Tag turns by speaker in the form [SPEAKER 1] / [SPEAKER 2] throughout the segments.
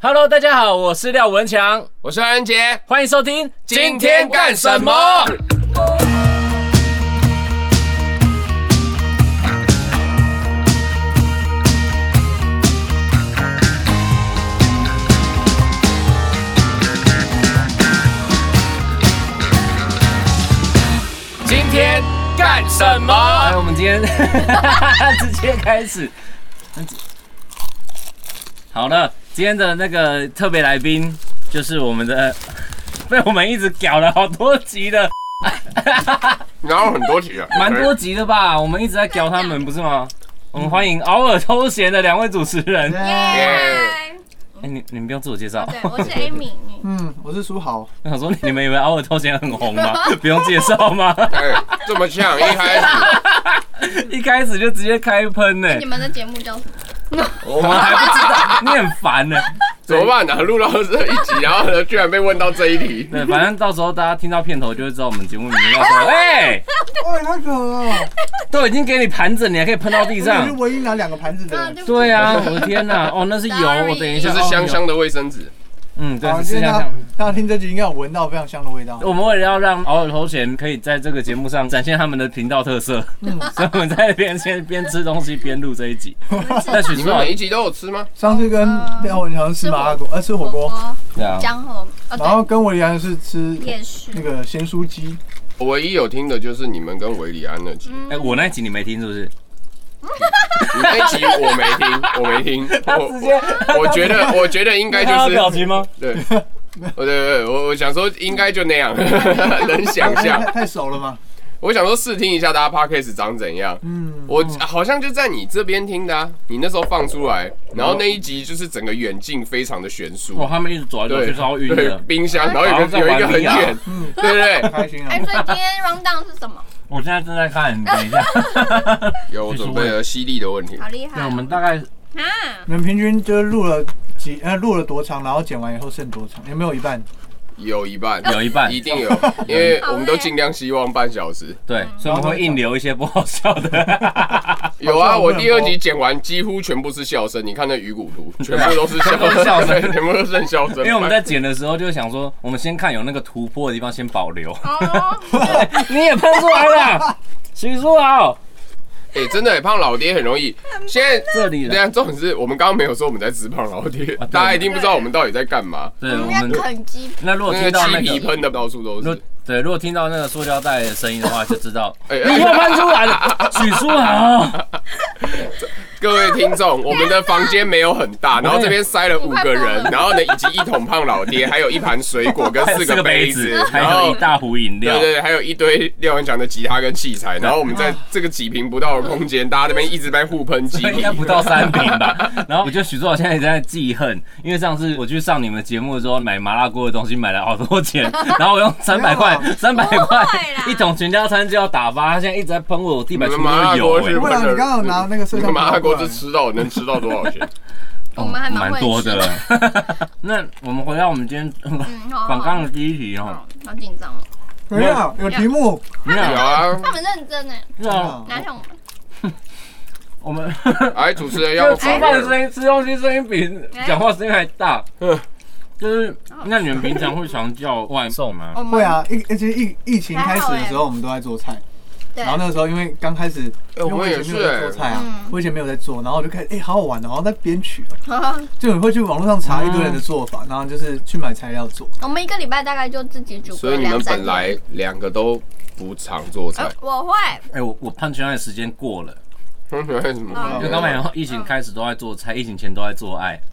[SPEAKER 1] Hello，大家好，我是廖文强，
[SPEAKER 2] 我是安杰，
[SPEAKER 1] 欢迎收听。
[SPEAKER 2] 今天干什么？今天干什
[SPEAKER 1] 来，
[SPEAKER 2] 么？
[SPEAKER 1] 我们今 天直接开始。好了，今天的那个特别来宾就是我们的，被我们一直搞了好多集的，
[SPEAKER 2] 然后很多题啊，
[SPEAKER 1] 蛮多集的吧？我们一直在搞他们，不是吗？我们欢迎偶尔偷闲的两位主持人。哎、
[SPEAKER 2] 耶
[SPEAKER 3] 耶！
[SPEAKER 1] 你你们不用自我介绍。
[SPEAKER 3] 嗯 哦对，我是 Amy，你
[SPEAKER 4] 嗯，我是书 豪，
[SPEAKER 1] 我想说，你们以为偶尔偷闲很红 吗？不用介绍吗？
[SPEAKER 2] 哎，这么 像，一开始
[SPEAKER 1] 一开始就直接开喷呢、
[SPEAKER 3] 你们的节目叫什么？
[SPEAKER 1] 我们还不知道，你很烦呢、
[SPEAKER 2] 怎么办呢、录到这一集，然后呢，居然被问到这一题，
[SPEAKER 1] 对，反正到时候大家听到片头就会知道我们节目名字叫什么。哎、
[SPEAKER 4] 哎，那个，
[SPEAKER 1] 都已经给你盘整，你还可以喷到地
[SPEAKER 4] 我是
[SPEAKER 1] 上。
[SPEAKER 4] 唯一拿两个盘子的
[SPEAKER 3] 啊，
[SPEAKER 4] 人，
[SPEAKER 3] 对不
[SPEAKER 1] 对
[SPEAKER 3] 起，
[SPEAKER 1] 啊，我的天哪！哦，那是油，
[SPEAKER 3] Sorry
[SPEAKER 1] 我等一
[SPEAKER 2] 就
[SPEAKER 1] 下。
[SPEAKER 2] 是香香的卫生纸。
[SPEAKER 1] 哦。油嗯，对，
[SPEAKER 4] 好，
[SPEAKER 1] 是
[SPEAKER 4] 今
[SPEAKER 1] 香
[SPEAKER 4] 天大
[SPEAKER 1] 香
[SPEAKER 4] 家。大家听这集嗯应该有闻到非常香的味道。
[SPEAKER 1] 我们为了要让偶尔头衔可以在这个节目上展现他们的频道特色，所以我们在边先边吃东西边录这一集。那许
[SPEAKER 2] 你
[SPEAKER 1] 志
[SPEAKER 2] 们
[SPEAKER 1] 豪
[SPEAKER 2] 每，一集都有吃吗？
[SPEAKER 4] 上次跟廖文强吃麻辣锅，呃，吃火锅，
[SPEAKER 1] 对啊，
[SPEAKER 3] 江河，哦
[SPEAKER 4] 然后
[SPEAKER 3] 对，
[SPEAKER 4] 跟我一样是吃
[SPEAKER 3] 夜市
[SPEAKER 4] 那，个咸酥鸡，
[SPEAKER 2] 我唯一有听的就是你们跟维里安那集，
[SPEAKER 1] 哎，我那一集你没听是不是？
[SPEAKER 2] 你那一集我没听，我没听， 我
[SPEAKER 1] 直接
[SPEAKER 2] 我我觉得我觉得应该
[SPEAKER 1] 看到
[SPEAKER 2] 就是
[SPEAKER 1] 表情吗？
[SPEAKER 2] 对，我对对，我我想说应该就那样， 能想象
[SPEAKER 4] 啊太。太熟了嘛。
[SPEAKER 2] 我想说试听一下大家 podcast 长怎样。
[SPEAKER 4] 嗯，
[SPEAKER 2] 我好像就在你这边听的啊，你那时候放出来，然后那一集就是整个远近非常的悬殊
[SPEAKER 1] 哦哇，，他们一直走来走
[SPEAKER 2] 对
[SPEAKER 1] 去超晕
[SPEAKER 2] 对
[SPEAKER 1] 的，。
[SPEAKER 2] 冰箱，然后有一个有一个很远，
[SPEAKER 4] 嗯，
[SPEAKER 2] 对不对？
[SPEAKER 4] 开心
[SPEAKER 3] 哎，
[SPEAKER 4] 啊。
[SPEAKER 3] 所以今天 round down 是什么？
[SPEAKER 1] 我现在正在看，你等一下。
[SPEAKER 2] 有我准备 了犀利的问题
[SPEAKER 3] 好，厉害
[SPEAKER 1] 对，
[SPEAKER 3] 哦！
[SPEAKER 1] 我们大概
[SPEAKER 3] 啊，
[SPEAKER 4] 你们平均就是录了几，呃，录了多长，然后剪完以后剩多长，有没有一半？
[SPEAKER 2] 有一半，
[SPEAKER 1] 有一半哦
[SPEAKER 2] 一定有，因为我们都尽量希望半小时。
[SPEAKER 1] 对，所以我们会硬留一些不好笑 的，
[SPEAKER 2] 有啊，我第二集剪完几乎全部是笑声，你看那鱼 骨图，全部都是笑
[SPEAKER 1] 全部都是笑声
[SPEAKER 2] 声， 对全部都是笑声。
[SPEAKER 1] 因为我们在剪的时候就想说，我们先看有那个突破的地方先保留。
[SPEAKER 3] 哦，
[SPEAKER 1] 你也喷出来了，许书豪，
[SPEAKER 2] 哎、真的、欸，胖老爹很容易。现在
[SPEAKER 1] 这里
[SPEAKER 2] 对
[SPEAKER 1] 了，
[SPEAKER 2] 啊，重点是我们刚刚没有说我们在吃胖老爹，
[SPEAKER 1] 啊对
[SPEAKER 2] 大家一定不知道我们到底在干嘛。
[SPEAKER 1] 对
[SPEAKER 3] 我
[SPEAKER 1] 我
[SPEAKER 3] 们
[SPEAKER 1] 们
[SPEAKER 3] 在。啃鸡，
[SPEAKER 1] 那如果
[SPEAKER 2] 那
[SPEAKER 1] 听
[SPEAKER 2] 个
[SPEAKER 1] 到
[SPEAKER 2] 鸡
[SPEAKER 1] 那
[SPEAKER 2] 皮
[SPEAKER 1] 个，
[SPEAKER 2] 喷的到处都
[SPEAKER 1] 如
[SPEAKER 2] 是。
[SPEAKER 1] 对，如果听到那个塑胶袋的声音的话，就知 道
[SPEAKER 2] 哎、
[SPEAKER 1] 你
[SPEAKER 2] 哎
[SPEAKER 1] 又喷出来了，许书豪。
[SPEAKER 2] 各位听众，我们的房间没有很 大，然后这边塞了五个人，然后呢，以及一桶胖老爹，还有一盘水果跟四个杯子，
[SPEAKER 1] 还
[SPEAKER 2] 然
[SPEAKER 1] 有
[SPEAKER 2] 后
[SPEAKER 1] 一。大壶饮
[SPEAKER 2] 对
[SPEAKER 1] 料。
[SPEAKER 2] 对，对还有一堆廖文强的吉他跟器材，然后我们在这个几平不到的空
[SPEAKER 4] 哎
[SPEAKER 2] 间，大家这边一直在互喷鸡
[SPEAKER 1] 应
[SPEAKER 2] 皮
[SPEAKER 1] 该， 不到三瓶 吧。然后我觉得许志豪现在也在记恨，因为上次我去上你们节目的时候，买麻辣锅的东西买了好多 钱，然后我用三百块
[SPEAKER 4] 没有，
[SPEAKER 1] 三百
[SPEAKER 3] 不
[SPEAKER 1] 块
[SPEAKER 3] 会啦
[SPEAKER 1] 一桶全家餐就要打发，他现在一直在喷我，我地板全部都是
[SPEAKER 2] 锅是
[SPEAKER 1] 油、
[SPEAKER 4] 不
[SPEAKER 1] 欸，
[SPEAKER 4] 然你刚好拿那个摄像头
[SPEAKER 2] 麻辣锅就吃到能吃到多少 钱？
[SPEAKER 3] 我们还蛮
[SPEAKER 1] 蛮
[SPEAKER 3] 会
[SPEAKER 1] 多
[SPEAKER 3] 吃
[SPEAKER 1] 的 了。。那我们回到我们今天
[SPEAKER 3] 嗯，好
[SPEAKER 1] 广告
[SPEAKER 3] 好
[SPEAKER 1] 的第一题哦，
[SPEAKER 3] 好，好紧张哦。
[SPEAKER 4] 没有，有题目。
[SPEAKER 1] 没
[SPEAKER 2] 有
[SPEAKER 1] 有，
[SPEAKER 2] 啊，
[SPEAKER 3] 他们认真呢，
[SPEAKER 1] 是啊，
[SPEAKER 4] 哦
[SPEAKER 3] 哪像我们？
[SPEAKER 1] 我们
[SPEAKER 2] 哎，主持人
[SPEAKER 1] 就
[SPEAKER 2] 要
[SPEAKER 1] 是吃饭的声音、吃东西声音比
[SPEAKER 3] 哎
[SPEAKER 1] 讲话声音还大。
[SPEAKER 3] 嗯
[SPEAKER 1] 就是，那你们平常会常叫外送吗？
[SPEAKER 3] 我们
[SPEAKER 4] 会，啊，疫其实疫疫情开始的时候，我们都在做菜，
[SPEAKER 3] 对
[SPEAKER 4] 然，后那个时候因为刚开始，
[SPEAKER 2] 哎
[SPEAKER 4] 因为
[SPEAKER 2] 我
[SPEAKER 4] 我
[SPEAKER 2] 也
[SPEAKER 4] 以
[SPEAKER 2] 是
[SPEAKER 4] 前没有在做菜啊
[SPEAKER 3] 嗯，
[SPEAKER 4] 我以前没有在做，然后我就开始哎，好好玩哦，好像在编曲哦，
[SPEAKER 3] 我
[SPEAKER 4] 就你会去网络上查一堆人的做法，然后就是去买材料做。
[SPEAKER 3] 们一个礼拜大概就自己煮
[SPEAKER 2] 所
[SPEAKER 3] 个
[SPEAKER 2] 以你
[SPEAKER 3] 两
[SPEAKER 2] 们
[SPEAKER 3] 三
[SPEAKER 2] 本
[SPEAKER 3] 天。
[SPEAKER 2] 来两个都不常做菜
[SPEAKER 3] 呃，，我会，
[SPEAKER 1] 哎、我我判断的时间过了。
[SPEAKER 4] 哦
[SPEAKER 2] 为什么？
[SPEAKER 3] 嗯
[SPEAKER 1] 因为刚才疫情开始都在做菜，疫情前都在做爱。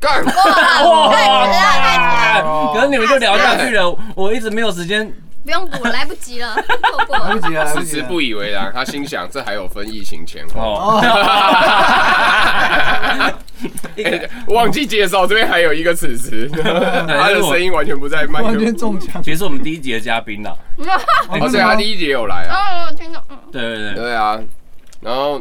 [SPEAKER 2] 干，
[SPEAKER 3] 哇，太迟了，太迟了。
[SPEAKER 4] 哦
[SPEAKER 1] 可是你们就聊下去了，我一直没有时间。
[SPEAKER 3] 不用补，来不及了，错过
[SPEAKER 4] 来
[SPEAKER 3] 了
[SPEAKER 4] 不。及了，来不
[SPEAKER 2] 此
[SPEAKER 4] 及
[SPEAKER 2] 时
[SPEAKER 4] 了。
[SPEAKER 2] 不以为 然，他心想这还有分疫情前后。
[SPEAKER 1] 哦， 一个
[SPEAKER 2] 哎 忘记介绍，这边还有一个 此时，他的声音完全不在麦克
[SPEAKER 4] 完全
[SPEAKER 2] 风。
[SPEAKER 4] 中奖。
[SPEAKER 1] 其实我们第一集的嘉宾啦，
[SPEAKER 2] 哦，所以他第一节有来啊，
[SPEAKER 3] 哦，听到， 嗯，
[SPEAKER 1] 对对对，
[SPEAKER 2] 对啊。然后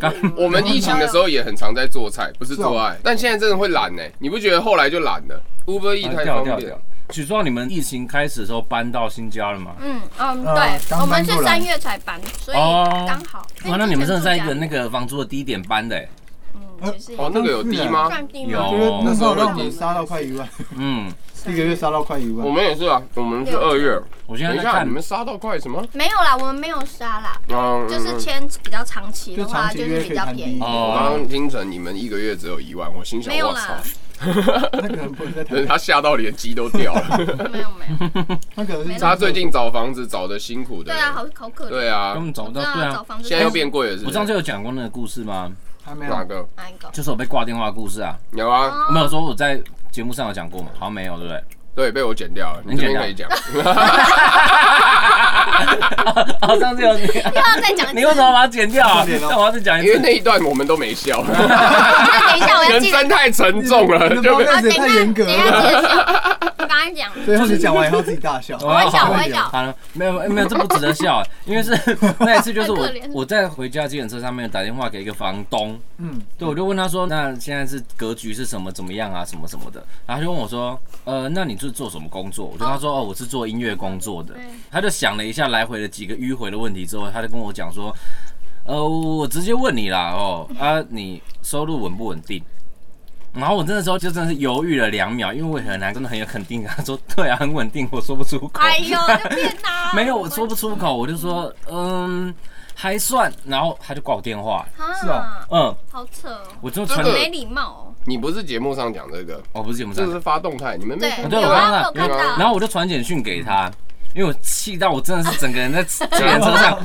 [SPEAKER 1] 刚
[SPEAKER 2] 我们疫情的时候也很常在做菜，不是做爱，但现在真的会懒呢。你不觉得后来就懒了？Uber E
[SPEAKER 1] 啊
[SPEAKER 2] 太方便了。。
[SPEAKER 1] 许壮，你们疫情开始的时候搬到新家了吗？
[SPEAKER 3] 嗯嗯，
[SPEAKER 4] 啊
[SPEAKER 3] 对，
[SPEAKER 4] 刚搬
[SPEAKER 3] 我们
[SPEAKER 4] 过
[SPEAKER 3] 是
[SPEAKER 4] 来
[SPEAKER 3] 三月才搬，所以
[SPEAKER 1] 哦
[SPEAKER 3] 刚好。哎
[SPEAKER 1] 哇，那你们真的在一个
[SPEAKER 3] 因为
[SPEAKER 1] 那个房租的低点搬的、欸，
[SPEAKER 3] 之前住家里，嗯，其实也
[SPEAKER 2] 哦，那个有低吗？
[SPEAKER 3] 算低
[SPEAKER 1] 有
[SPEAKER 3] 吗？
[SPEAKER 4] 就是那时候
[SPEAKER 2] 那时候
[SPEAKER 4] 让我杀到快一万，
[SPEAKER 1] 嗯，
[SPEAKER 4] 一个月杀到快一
[SPEAKER 2] 我
[SPEAKER 4] 万。
[SPEAKER 2] 们也是啊，我们是二月。
[SPEAKER 1] 我现
[SPEAKER 2] 等
[SPEAKER 1] 在
[SPEAKER 2] 一
[SPEAKER 1] 在
[SPEAKER 2] 下，
[SPEAKER 1] 看
[SPEAKER 2] 你们杀到快什么？
[SPEAKER 3] 没有啦，我们没有杀啦，
[SPEAKER 2] 嗯，
[SPEAKER 3] 就是签比较长期的话，
[SPEAKER 4] 就长期
[SPEAKER 3] 就是比较便宜
[SPEAKER 4] 约可以谈低。
[SPEAKER 2] 我刚
[SPEAKER 1] 哦，
[SPEAKER 2] 刚听成你们一个月只有一万，我心想
[SPEAKER 3] 没有
[SPEAKER 2] 我
[SPEAKER 3] 啦，
[SPEAKER 2] 操，
[SPEAKER 4] 那可能不是在台
[SPEAKER 2] 但是
[SPEAKER 4] 湾，
[SPEAKER 2] 他吓到连鸡都掉了。
[SPEAKER 3] 没有没有。
[SPEAKER 4] 那可能是
[SPEAKER 2] 他最近找房子找的辛苦的，
[SPEAKER 3] 对啊，好好可怜。
[SPEAKER 2] 对啊
[SPEAKER 1] 根，本找不到，对
[SPEAKER 3] 那找
[SPEAKER 1] 啊。
[SPEAKER 3] 房子
[SPEAKER 2] 现在又变贵了，是不
[SPEAKER 1] 我
[SPEAKER 2] 是？
[SPEAKER 1] 上次有讲过那个故事吗？
[SPEAKER 4] 还没有
[SPEAKER 2] 哪个？
[SPEAKER 3] 哪一个？
[SPEAKER 1] 就是我被挂电话的故事啊，
[SPEAKER 2] 有啊，
[SPEAKER 1] 我没
[SPEAKER 3] 哦，
[SPEAKER 1] 有说我在节目上有讲过吗？好像没有，对不对？
[SPEAKER 2] 对，被我剪掉了，你
[SPEAKER 1] 你
[SPEAKER 2] 这
[SPEAKER 1] 剪
[SPEAKER 2] 边
[SPEAKER 1] 掉
[SPEAKER 2] 可以讲。
[SPEAKER 1] 哦，上次有你，
[SPEAKER 3] 又要再讲一次。
[SPEAKER 1] 你为什么把它剪掉啊？
[SPEAKER 4] 重点哦
[SPEAKER 1] 那我要再讲一
[SPEAKER 2] 因为
[SPEAKER 1] 次。
[SPEAKER 2] 那一段我们都没笑，
[SPEAKER 3] 那等一下，我要
[SPEAKER 2] 人
[SPEAKER 3] 记得。哦
[SPEAKER 2] 生太沉重
[SPEAKER 4] 你
[SPEAKER 2] 了，
[SPEAKER 4] 的
[SPEAKER 2] 就
[SPEAKER 4] 包
[SPEAKER 2] 没
[SPEAKER 4] 面子也太严格
[SPEAKER 3] 等一下，等
[SPEAKER 4] 了。
[SPEAKER 3] 一下记得笑。我刚才讲，
[SPEAKER 4] 最后你讲完以后自己大笑，
[SPEAKER 1] 我会笑
[SPEAKER 3] 我会笑
[SPEAKER 1] 好了，没有没有，这不值得笑，因为是 那一次就是我
[SPEAKER 3] 很可怜
[SPEAKER 1] 我在回家计程车上面打电话给一个房东，
[SPEAKER 4] 嗯，
[SPEAKER 1] 对，我就问他说，那现在是格局是什么怎么样啊，什么什么的，然后他就问我说，呃，那你是做什么工作？我就跟他说，哦，我是做音乐工作的
[SPEAKER 3] 对。
[SPEAKER 1] 他就想了一下来回的几个迂回的问题之后，他就跟我讲说，呃，我直接问你啦，哦，啊，你收入稳不稳定？然后我那时候就真的是犹豫了两秒，因为我也很难，真的很有肯定跟他说，对啊，很稳定，我说不出口。
[SPEAKER 3] 哎呦，这骗他。
[SPEAKER 1] 没有，我说不出口，我就说，嗯，还算。然后他就挂我电话，
[SPEAKER 4] 是哦
[SPEAKER 3] 啊，
[SPEAKER 1] 嗯，
[SPEAKER 3] 好扯哦，
[SPEAKER 1] 我就传
[SPEAKER 2] 这个
[SPEAKER 3] 没礼貌哦。
[SPEAKER 2] 你不是节目上讲这个，
[SPEAKER 1] 哦，不是节目
[SPEAKER 2] 这
[SPEAKER 1] 上
[SPEAKER 2] 个是发动态，你们没
[SPEAKER 3] 对，
[SPEAKER 1] 哦对
[SPEAKER 3] 有
[SPEAKER 1] 我刚刚
[SPEAKER 3] 啊，我看
[SPEAKER 2] 有
[SPEAKER 3] 到。
[SPEAKER 1] 然后我就传简讯给他，因为我气到我真的是整个人在 自行车上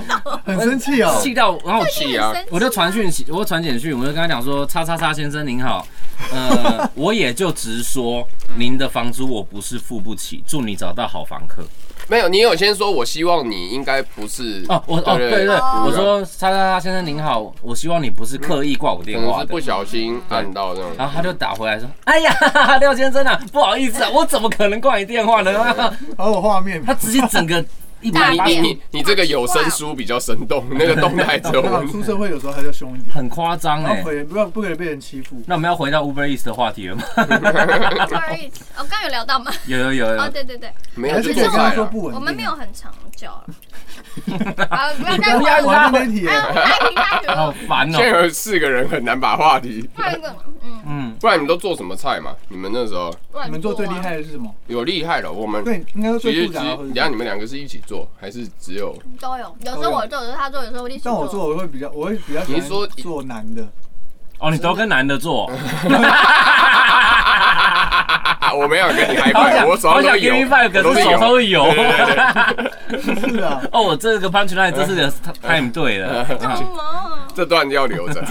[SPEAKER 4] 很生气哦。
[SPEAKER 1] 气到，然后我
[SPEAKER 2] 气啊
[SPEAKER 3] 很哎生气
[SPEAKER 1] 我就传讯息，我就传简讯，我就跟他讲说：“叉叉叉先生您好，呃，我也就直说，您的房租我不是付不起，祝你找到好房客。”
[SPEAKER 2] 没有，你有先说，我希望你应该不是
[SPEAKER 1] 哦，我哦对对，对，
[SPEAKER 3] 哦
[SPEAKER 1] 我说叉叉叉先生您好，我希望你不是刻意挂我
[SPEAKER 2] 嗯可
[SPEAKER 1] 电
[SPEAKER 2] 能
[SPEAKER 1] 话
[SPEAKER 2] 是
[SPEAKER 1] 的
[SPEAKER 2] 不。小心按到这样。
[SPEAKER 1] 然后他就打回来说：“哎呀，哈哈廖先生啊，不好意思啊，我怎么可能挂你电话呢？”
[SPEAKER 4] 还有画面，
[SPEAKER 1] 他直接整个一百
[SPEAKER 3] 大
[SPEAKER 1] 八
[SPEAKER 2] 你
[SPEAKER 1] 十
[SPEAKER 3] 变
[SPEAKER 2] 你你这个有声书比较生动，那个动态只有
[SPEAKER 4] 刚好
[SPEAKER 2] 文
[SPEAKER 4] 出
[SPEAKER 2] 字。
[SPEAKER 4] 社会有时候还是凶一点，
[SPEAKER 1] 很夸张
[SPEAKER 4] 然
[SPEAKER 1] 哎
[SPEAKER 3] 哦
[SPEAKER 4] 后。回不要不可以被人欺负。
[SPEAKER 1] 那我们要回到 Uber Eats 的话题了吗？
[SPEAKER 3] Sorry，我哦刚刚有聊到吗？
[SPEAKER 1] 有有有
[SPEAKER 3] 哦，
[SPEAKER 1] 有，
[SPEAKER 3] 对对对，
[SPEAKER 2] 没有
[SPEAKER 4] 还
[SPEAKER 2] 就是是
[SPEAKER 4] 可以
[SPEAKER 2] 做
[SPEAKER 4] 跟他
[SPEAKER 2] 菜
[SPEAKER 4] 说
[SPEAKER 2] 了。
[SPEAKER 4] 不稳定啊。
[SPEAKER 3] 我们没有很长 久啊。好，不要再
[SPEAKER 4] 不要
[SPEAKER 3] 问我。
[SPEAKER 4] 玩媒体欸
[SPEAKER 3] 哎，我来评价
[SPEAKER 1] 好
[SPEAKER 3] 评
[SPEAKER 1] 烦哦
[SPEAKER 2] 现。在有四个人很难把话题，
[SPEAKER 3] 换一个，嗯，
[SPEAKER 1] 嗯，
[SPEAKER 2] 不然你们都做什么菜嘛？你们那时候
[SPEAKER 4] 你们做最厉害的是什么？
[SPEAKER 2] 有厉害的，我们
[SPEAKER 4] 对，应该说
[SPEAKER 2] 其
[SPEAKER 4] 最
[SPEAKER 2] 实
[SPEAKER 4] 复
[SPEAKER 2] 只
[SPEAKER 4] 杂的或者
[SPEAKER 2] 等
[SPEAKER 4] 是
[SPEAKER 2] 下你们两个是一起做，还是只有？
[SPEAKER 3] 都有，有时候嗯我做，有时候他做，有时候我一起
[SPEAKER 4] 像我做，我会比较，我会比较喜
[SPEAKER 2] 你是说
[SPEAKER 4] 欢做男的，
[SPEAKER 1] 哦，你都跟男的做，
[SPEAKER 2] 啊， 我没有跟你 high
[SPEAKER 1] 好
[SPEAKER 2] five，
[SPEAKER 1] 想
[SPEAKER 2] 我手
[SPEAKER 1] 好
[SPEAKER 2] 上
[SPEAKER 1] 想
[SPEAKER 2] 都
[SPEAKER 1] give
[SPEAKER 2] 有
[SPEAKER 1] me five，，可
[SPEAKER 2] 我都
[SPEAKER 1] 是手
[SPEAKER 2] 有。
[SPEAKER 1] 都有。
[SPEAKER 4] 是啊，
[SPEAKER 1] 哦，我这个 punch line 这次的 time 对了，
[SPEAKER 3] 什么？
[SPEAKER 2] 这段要留 着。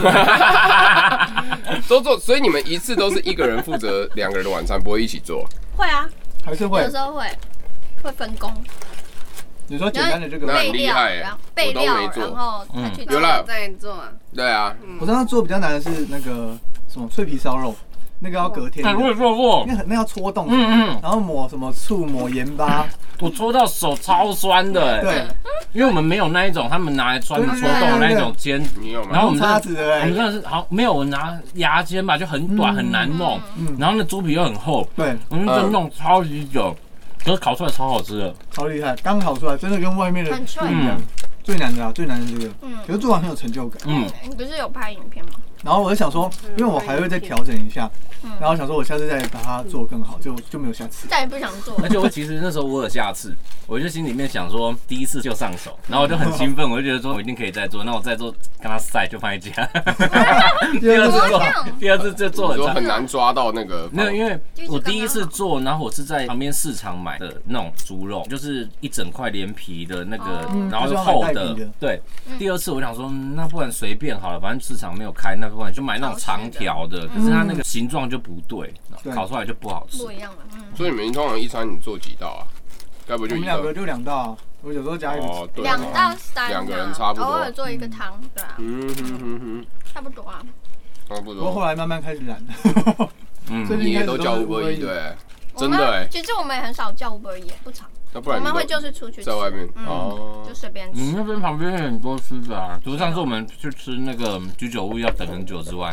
[SPEAKER 2] 都做，所以你们一次都是一个人负责两个人的晚餐，不会一起做。
[SPEAKER 3] 会啊，
[SPEAKER 4] 还是会
[SPEAKER 3] 有时。候会。会分工，
[SPEAKER 4] 你说简单的这个
[SPEAKER 2] 那
[SPEAKER 4] 吗，
[SPEAKER 2] 很
[SPEAKER 3] 备
[SPEAKER 2] 厉
[SPEAKER 3] 料，
[SPEAKER 2] 害欸
[SPEAKER 3] 然后备料，
[SPEAKER 2] 我都没做嗯
[SPEAKER 3] 然后他去
[SPEAKER 2] 有啦
[SPEAKER 5] 在做啊，
[SPEAKER 2] 对啊，
[SPEAKER 4] 我上次做比较难的是那个什么脆皮烧肉，那个要隔天的，
[SPEAKER 1] 哎我也做过
[SPEAKER 4] 那，很那要戳洞，
[SPEAKER 1] 嗯嗯嗯
[SPEAKER 4] 然后抹什么醋，抹盐巴，
[SPEAKER 1] 我搓到手超酸的，哎，
[SPEAKER 4] 对，
[SPEAKER 1] 因为我们没有那一种他们拿来钻
[SPEAKER 4] 对
[SPEAKER 1] 戳
[SPEAKER 4] 对
[SPEAKER 1] 洞的
[SPEAKER 4] 对
[SPEAKER 1] 那
[SPEAKER 4] 对
[SPEAKER 1] 种尖，
[SPEAKER 2] 你有
[SPEAKER 1] 然后
[SPEAKER 2] 吗？
[SPEAKER 1] 我们
[SPEAKER 4] 叉
[SPEAKER 1] 真的
[SPEAKER 4] 子
[SPEAKER 1] 我们
[SPEAKER 4] 的，
[SPEAKER 1] 真的是好没有，我拿牙尖吧，就很短
[SPEAKER 4] 嗯
[SPEAKER 1] 很难弄，然后那猪皮又很厚，
[SPEAKER 4] 对，
[SPEAKER 1] 我们就弄超级久，可是烤出来超好吃的，
[SPEAKER 4] 超厉害，刚烤出来，真的跟外面的
[SPEAKER 3] 很脆
[SPEAKER 4] 不一样。最难的啊，最难的这个，
[SPEAKER 3] 嗯
[SPEAKER 4] 可是做完很有成就感。
[SPEAKER 1] 嗯，
[SPEAKER 3] 你不是有拍影片吗？
[SPEAKER 4] 然后我就想说，因为我还会再调整一下，
[SPEAKER 3] 嗯
[SPEAKER 4] 然后想说我下次再把它做更好，就就没有下次。
[SPEAKER 3] 再也不想做
[SPEAKER 1] 而且我其实那时候我有下次，我就心里面想说第一次就上手，然后我就很兴奋，我就觉得说我一定可以再做，那我再做跟他晒就放一家。第
[SPEAKER 3] 啊
[SPEAKER 1] 二次做，第二次就做很
[SPEAKER 2] 你说
[SPEAKER 1] 差
[SPEAKER 2] 很。难抓到那个。
[SPEAKER 1] 没有，因为
[SPEAKER 3] 就是
[SPEAKER 1] 我
[SPEAKER 3] 刚刚
[SPEAKER 1] 第一次做，然后我是在旁边市场买的那种猪肉，就是一整块连皮的那个
[SPEAKER 3] 哦，嗯
[SPEAKER 1] 然后是厚
[SPEAKER 4] 就是要买带
[SPEAKER 1] 的
[SPEAKER 4] 皮的。
[SPEAKER 1] 对，第二次我想说，嗯那不然随便好了，反正市场没有开，那不然就买那种长条的，可是它那个形状就不对，
[SPEAKER 4] 对
[SPEAKER 1] 烤出来就不好吃
[SPEAKER 3] 嗯不。一样了，嗯，
[SPEAKER 2] 所以你们通常一餐你做几道啊？该不会
[SPEAKER 4] 我
[SPEAKER 2] 就
[SPEAKER 4] 们
[SPEAKER 2] 一
[SPEAKER 4] 两个
[SPEAKER 2] 个？
[SPEAKER 4] 就两道啊，我有时候加一个
[SPEAKER 2] 哦，对啊。
[SPEAKER 3] 两到三啊，
[SPEAKER 2] 两个人差不多
[SPEAKER 3] 偶尔做一个汤，对啊，
[SPEAKER 2] 嗯哼哼哼，
[SPEAKER 3] 差不多啊。
[SPEAKER 2] 差不
[SPEAKER 4] 不过后
[SPEAKER 2] 多。
[SPEAKER 4] 来慢慢开始懒，最
[SPEAKER 1] 嗯，
[SPEAKER 4] 近
[SPEAKER 2] 你也
[SPEAKER 4] 开始
[SPEAKER 2] 都叫
[SPEAKER 4] 是
[SPEAKER 2] 乌龟
[SPEAKER 4] Uber
[SPEAKER 2] 对
[SPEAKER 4] Eats，
[SPEAKER 2] 欸，
[SPEAKER 3] 我
[SPEAKER 2] 真
[SPEAKER 3] 们
[SPEAKER 2] 的哎，
[SPEAKER 3] 其实我们也很少叫 Uber 也不常，
[SPEAKER 2] 那不
[SPEAKER 3] 我
[SPEAKER 2] 然你
[SPEAKER 3] 们
[SPEAKER 2] 都
[SPEAKER 3] 会就是出去吃
[SPEAKER 2] 在外面
[SPEAKER 3] 嗯
[SPEAKER 2] 哦
[SPEAKER 3] 就。随便
[SPEAKER 1] 你们
[SPEAKER 3] 吃。
[SPEAKER 1] 那边旁边有很多吃的啊，除了上次我们去吃那个居酒屋要等很久之外，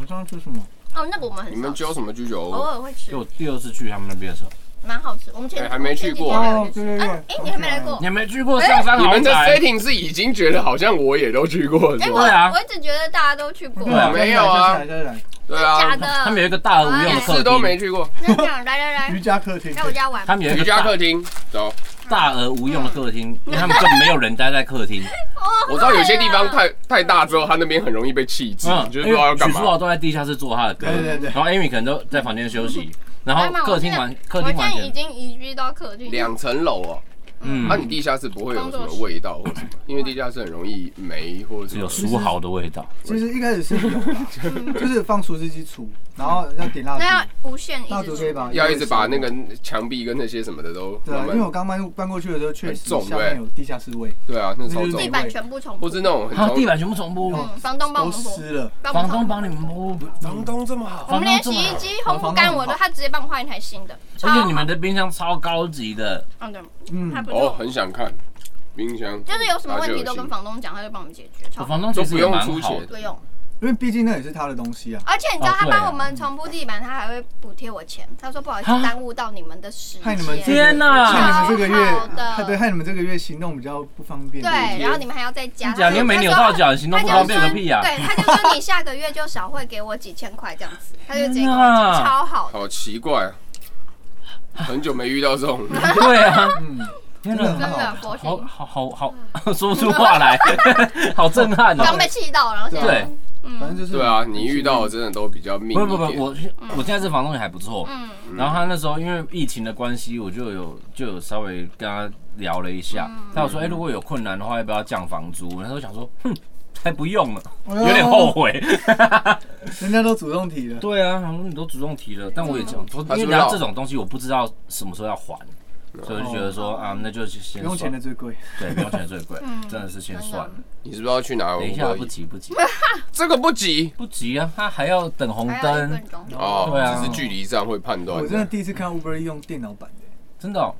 [SPEAKER 4] 我上次吃什么？
[SPEAKER 3] 哦，那个我们
[SPEAKER 2] 你
[SPEAKER 3] 很
[SPEAKER 2] 们
[SPEAKER 3] 少
[SPEAKER 2] 揪
[SPEAKER 3] 吃，
[SPEAKER 2] 什么居酒
[SPEAKER 3] 偶
[SPEAKER 2] 屋？
[SPEAKER 3] 尔会
[SPEAKER 2] 哎
[SPEAKER 3] 吃
[SPEAKER 1] 就。我第二次去他们那边的时候，
[SPEAKER 3] 蛮好吃。我们前
[SPEAKER 2] 哎还没去过
[SPEAKER 3] 前几
[SPEAKER 4] 哦对
[SPEAKER 3] 天还有去吃哎
[SPEAKER 4] 对对
[SPEAKER 3] 哎，你还没来过？
[SPEAKER 1] 你没去过上山
[SPEAKER 2] 你
[SPEAKER 1] 豪
[SPEAKER 2] 们这
[SPEAKER 1] 宅？
[SPEAKER 2] setting 是已经觉得好像我也都去过了，
[SPEAKER 3] 哎，
[SPEAKER 2] 是
[SPEAKER 3] 我
[SPEAKER 1] 对
[SPEAKER 2] 吧？
[SPEAKER 1] 啊
[SPEAKER 3] 我一直觉得大家都去过，
[SPEAKER 1] 对啊
[SPEAKER 3] 真
[SPEAKER 2] 没有啊
[SPEAKER 4] 再来再来，
[SPEAKER 2] 对
[SPEAKER 3] 的假
[SPEAKER 2] 啊，
[SPEAKER 3] 的？
[SPEAKER 1] 他们有一个大而无用
[SPEAKER 2] 一
[SPEAKER 1] 的客
[SPEAKER 2] 次
[SPEAKER 1] 厅，
[SPEAKER 2] 啊都没去过
[SPEAKER 3] 那这样，来来
[SPEAKER 4] 瑜
[SPEAKER 3] 来，
[SPEAKER 4] 伽客厅，
[SPEAKER 3] 来我家玩。
[SPEAKER 1] 他们有一
[SPEAKER 2] 瑜
[SPEAKER 1] 个
[SPEAKER 2] 伽
[SPEAKER 1] 大
[SPEAKER 2] 客厅。嗯走，
[SPEAKER 1] 大而无用的客厅，因为他们根本没有人待在客 厅。
[SPEAKER 2] 我知道有些地方太太大之后，他那边很容易被弃置，
[SPEAKER 1] 嗯，
[SPEAKER 2] 你就
[SPEAKER 1] 因
[SPEAKER 2] 是不知道要
[SPEAKER 1] 为许
[SPEAKER 2] 干
[SPEAKER 1] 书豪
[SPEAKER 2] 嘛。
[SPEAKER 1] 都在地下室做他的歌，
[SPEAKER 4] 对对对
[SPEAKER 1] 然后 Amy 可能都在房间休息，然后
[SPEAKER 3] 妈妈
[SPEAKER 1] 客厅完客
[SPEAKER 3] 我
[SPEAKER 1] 厅
[SPEAKER 3] 现
[SPEAKER 1] 完
[SPEAKER 3] 在已
[SPEAKER 1] 全，
[SPEAKER 3] 经移居到客厅，
[SPEAKER 2] 两层楼哦，
[SPEAKER 1] 嗯
[SPEAKER 2] 那，你地下室不会有什么味道或什么？因为地下室很容易霉或者
[SPEAKER 1] 只
[SPEAKER 2] 是
[SPEAKER 1] 有书豪的味道。
[SPEAKER 4] 其实一开始是有 的，就是放厨师机除，然后要点蜡
[SPEAKER 3] 那要
[SPEAKER 4] 烛，
[SPEAKER 3] 无限一
[SPEAKER 4] 蜡
[SPEAKER 3] 直
[SPEAKER 4] 烛可以吧？
[SPEAKER 2] 要一直把那个墙壁跟那些什么的都
[SPEAKER 4] 对啊，
[SPEAKER 2] 慢
[SPEAKER 4] 因为我
[SPEAKER 2] 慢
[SPEAKER 4] 刚搬搬过去的时候，确实
[SPEAKER 2] 很重
[SPEAKER 4] 下
[SPEAKER 2] 对
[SPEAKER 4] 面有地下室味，
[SPEAKER 2] 对啊，那超
[SPEAKER 4] 那
[SPEAKER 2] 重
[SPEAKER 4] 就是
[SPEAKER 3] 地，板全部重
[SPEAKER 2] 或
[SPEAKER 3] 铺
[SPEAKER 2] 是，那种很
[SPEAKER 1] 啊，
[SPEAKER 2] 超
[SPEAKER 1] 地板全部重播，
[SPEAKER 3] 嗯，房东帮我
[SPEAKER 4] 都
[SPEAKER 3] 们铺，
[SPEAKER 4] 湿了。
[SPEAKER 3] 帮我
[SPEAKER 1] 房
[SPEAKER 3] 们
[SPEAKER 1] 东
[SPEAKER 3] 铺
[SPEAKER 1] 帮你们播，
[SPEAKER 2] 房东这么好，
[SPEAKER 3] 我们连洗衣机烘不干我都，他直接帮我换一台新的。
[SPEAKER 1] 而且你们
[SPEAKER 3] 的，
[SPEAKER 1] 的冰箱超高级的，
[SPEAKER 3] 嗯对，
[SPEAKER 4] 嗯
[SPEAKER 3] 还，不
[SPEAKER 2] 哦，
[SPEAKER 3] 错，
[SPEAKER 2] 很想看冰箱，
[SPEAKER 3] 就是有什么问题
[SPEAKER 2] 打就有
[SPEAKER 3] 都跟
[SPEAKER 2] 信
[SPEAKER 3] 房东讲，他就帮我们解决，超
[SPEAKER 1] 我
[SPEAKER 3] 好
[SPEAKER 1] 哦房东其实也蛮
[SPEAKER 2] 都不
[SPEAKER 1] 好的
[SPEAKER 2] 用出钱。
[SPEAKER 3] 不用。
[SPEAKER 4] 因为毕竟那也是他的东西啊。
[SPEAKER 3] 而且你知道
[SPEAKER 1] 哦
[SPEAKER 3] 他
[SPEAKER 1] 对啊
[SPEAKER 3] 帮我们重铺地板，他还会补贴我钱。他说不好意思
[SPEAKER 1] 啊
[SPEAKER 3] 耽误到你们的时
[SPEAKER 4] 害你们这
[SPEAKER 3] 间，
[SPEAKER 1] 天哪
[SPEAKER 4] 害你们这个
[SPEAKER 3] 超好
[SPEAKER 4] 月，
[SPEAKER 3] 的
[SPEAKER 4] 害对，害你们这个月行动比较不方便。
[SPEAKER 3] 对，然后你们还要再加。
[SPEAKER 1] 假年没扭到脚，你行动
[SPEAKER 3] 他
[SPEAKER 1] 不
[SPEAKER 3] 就
[SPEAKER 1] 方
[SPEAKER 3] 说，
[SPEAKER 1] 便个屁啊！
[SPEAKER 3] 对，他就说你下个月就少会给我几千块这样子，他就直接给我
[SPEAKER 1] 天啊哪
[SPEAKER 3] 讲超好的，
[SPEAKER 2] 好奇怪啊，很久没遇到这种，
[SPEAKER 1] 对啊，
[SPEAKER 4] 嗯，
[SPEAKER 1] 天
[SPEAKER 4] 真
[SPEAKER 1] 哪
[SPEAKER 3] 真，
[SPEAKER 4] 的
[SPEAKER 3] 的佛
[SPEAKER 1] 好
[SPEAKER 3] 心，
[SPEAKER 1] 好好好， 说不出话来，好震撼
[SPEAKER 3] 嗯刚被
[SPEAKER 1] 哦！
[SPEAKER 3] 气到，然后现在
[SPEAKER 1] 对，
[SPEAKER 4] 反正
[SPEAKER 3] 嗯
[SPEAKER 4] 就是
[SPEAKER 2] 对啊，你遇到的真的都比较命
[SPEAKER 1] 不
[SPEAKER 2] 一
[SPEAKER 1] 不不，
[SPEAKER 2] 点，
[SPEAKER 1] 我我现在这房东也还不错，
[SPEAKER 3] 嗯，
[SPEAKER 1] 然后他那时候因为疫情的关系，我就有就有稍微跟他聊了一下，
[SPEAKER 3] 嗯
[SPEAKER 1] 他有说，哎、如果有困难的话，要不要降房租？然后我想说，哼，才不 用了，有点后，悔。
[SPEAKER 4] 哎 人家都主动提了。
[SPEAKER 1] 对啊，想说你都主动提了，但我也讲说，
[SPEAKER 2] 他
[SPEAKER 1] 因为
[SPEAKER 2] 知
[SPEAKER 1] 人
[SPEAKER 2] 道
[SPEAKER 1] 家这种东西我不知道什么时候要还，所以我就觉得说啊，那就先
[SPEAKER 4] 不用钱
[SPEAKER 1] 算
[SPEAKER 4] 的，最贵，
[SPEAKER 1] 对，不用钱最贵
[SPEAKER 3] 嗯，
[SPEAKER 1] 真的是先算了。
[SPEAKER 2] 你是不是要去哪？
[SPEAKER 1] 等一下，
[SPEAKER 2] 哦我
[SPEAKER 1] 不急不急
[SPEAKER 2] 这个不急
[SPEAKER 1] 不急啊，他还要等红
[SPEAKER 3] 还有一
[SPEAKER 1] 灯
[SPEAKER 3] 分，钟，
[SPEAKER 2] 哦
[SPEAKER 1] 对，啊
[SPEAKER 2] 只是距离上会判断
[SPEAKER 4] 我真的第一次看 Uber Eats 用电脑版的，
[SPEAKER 1] 真的哦、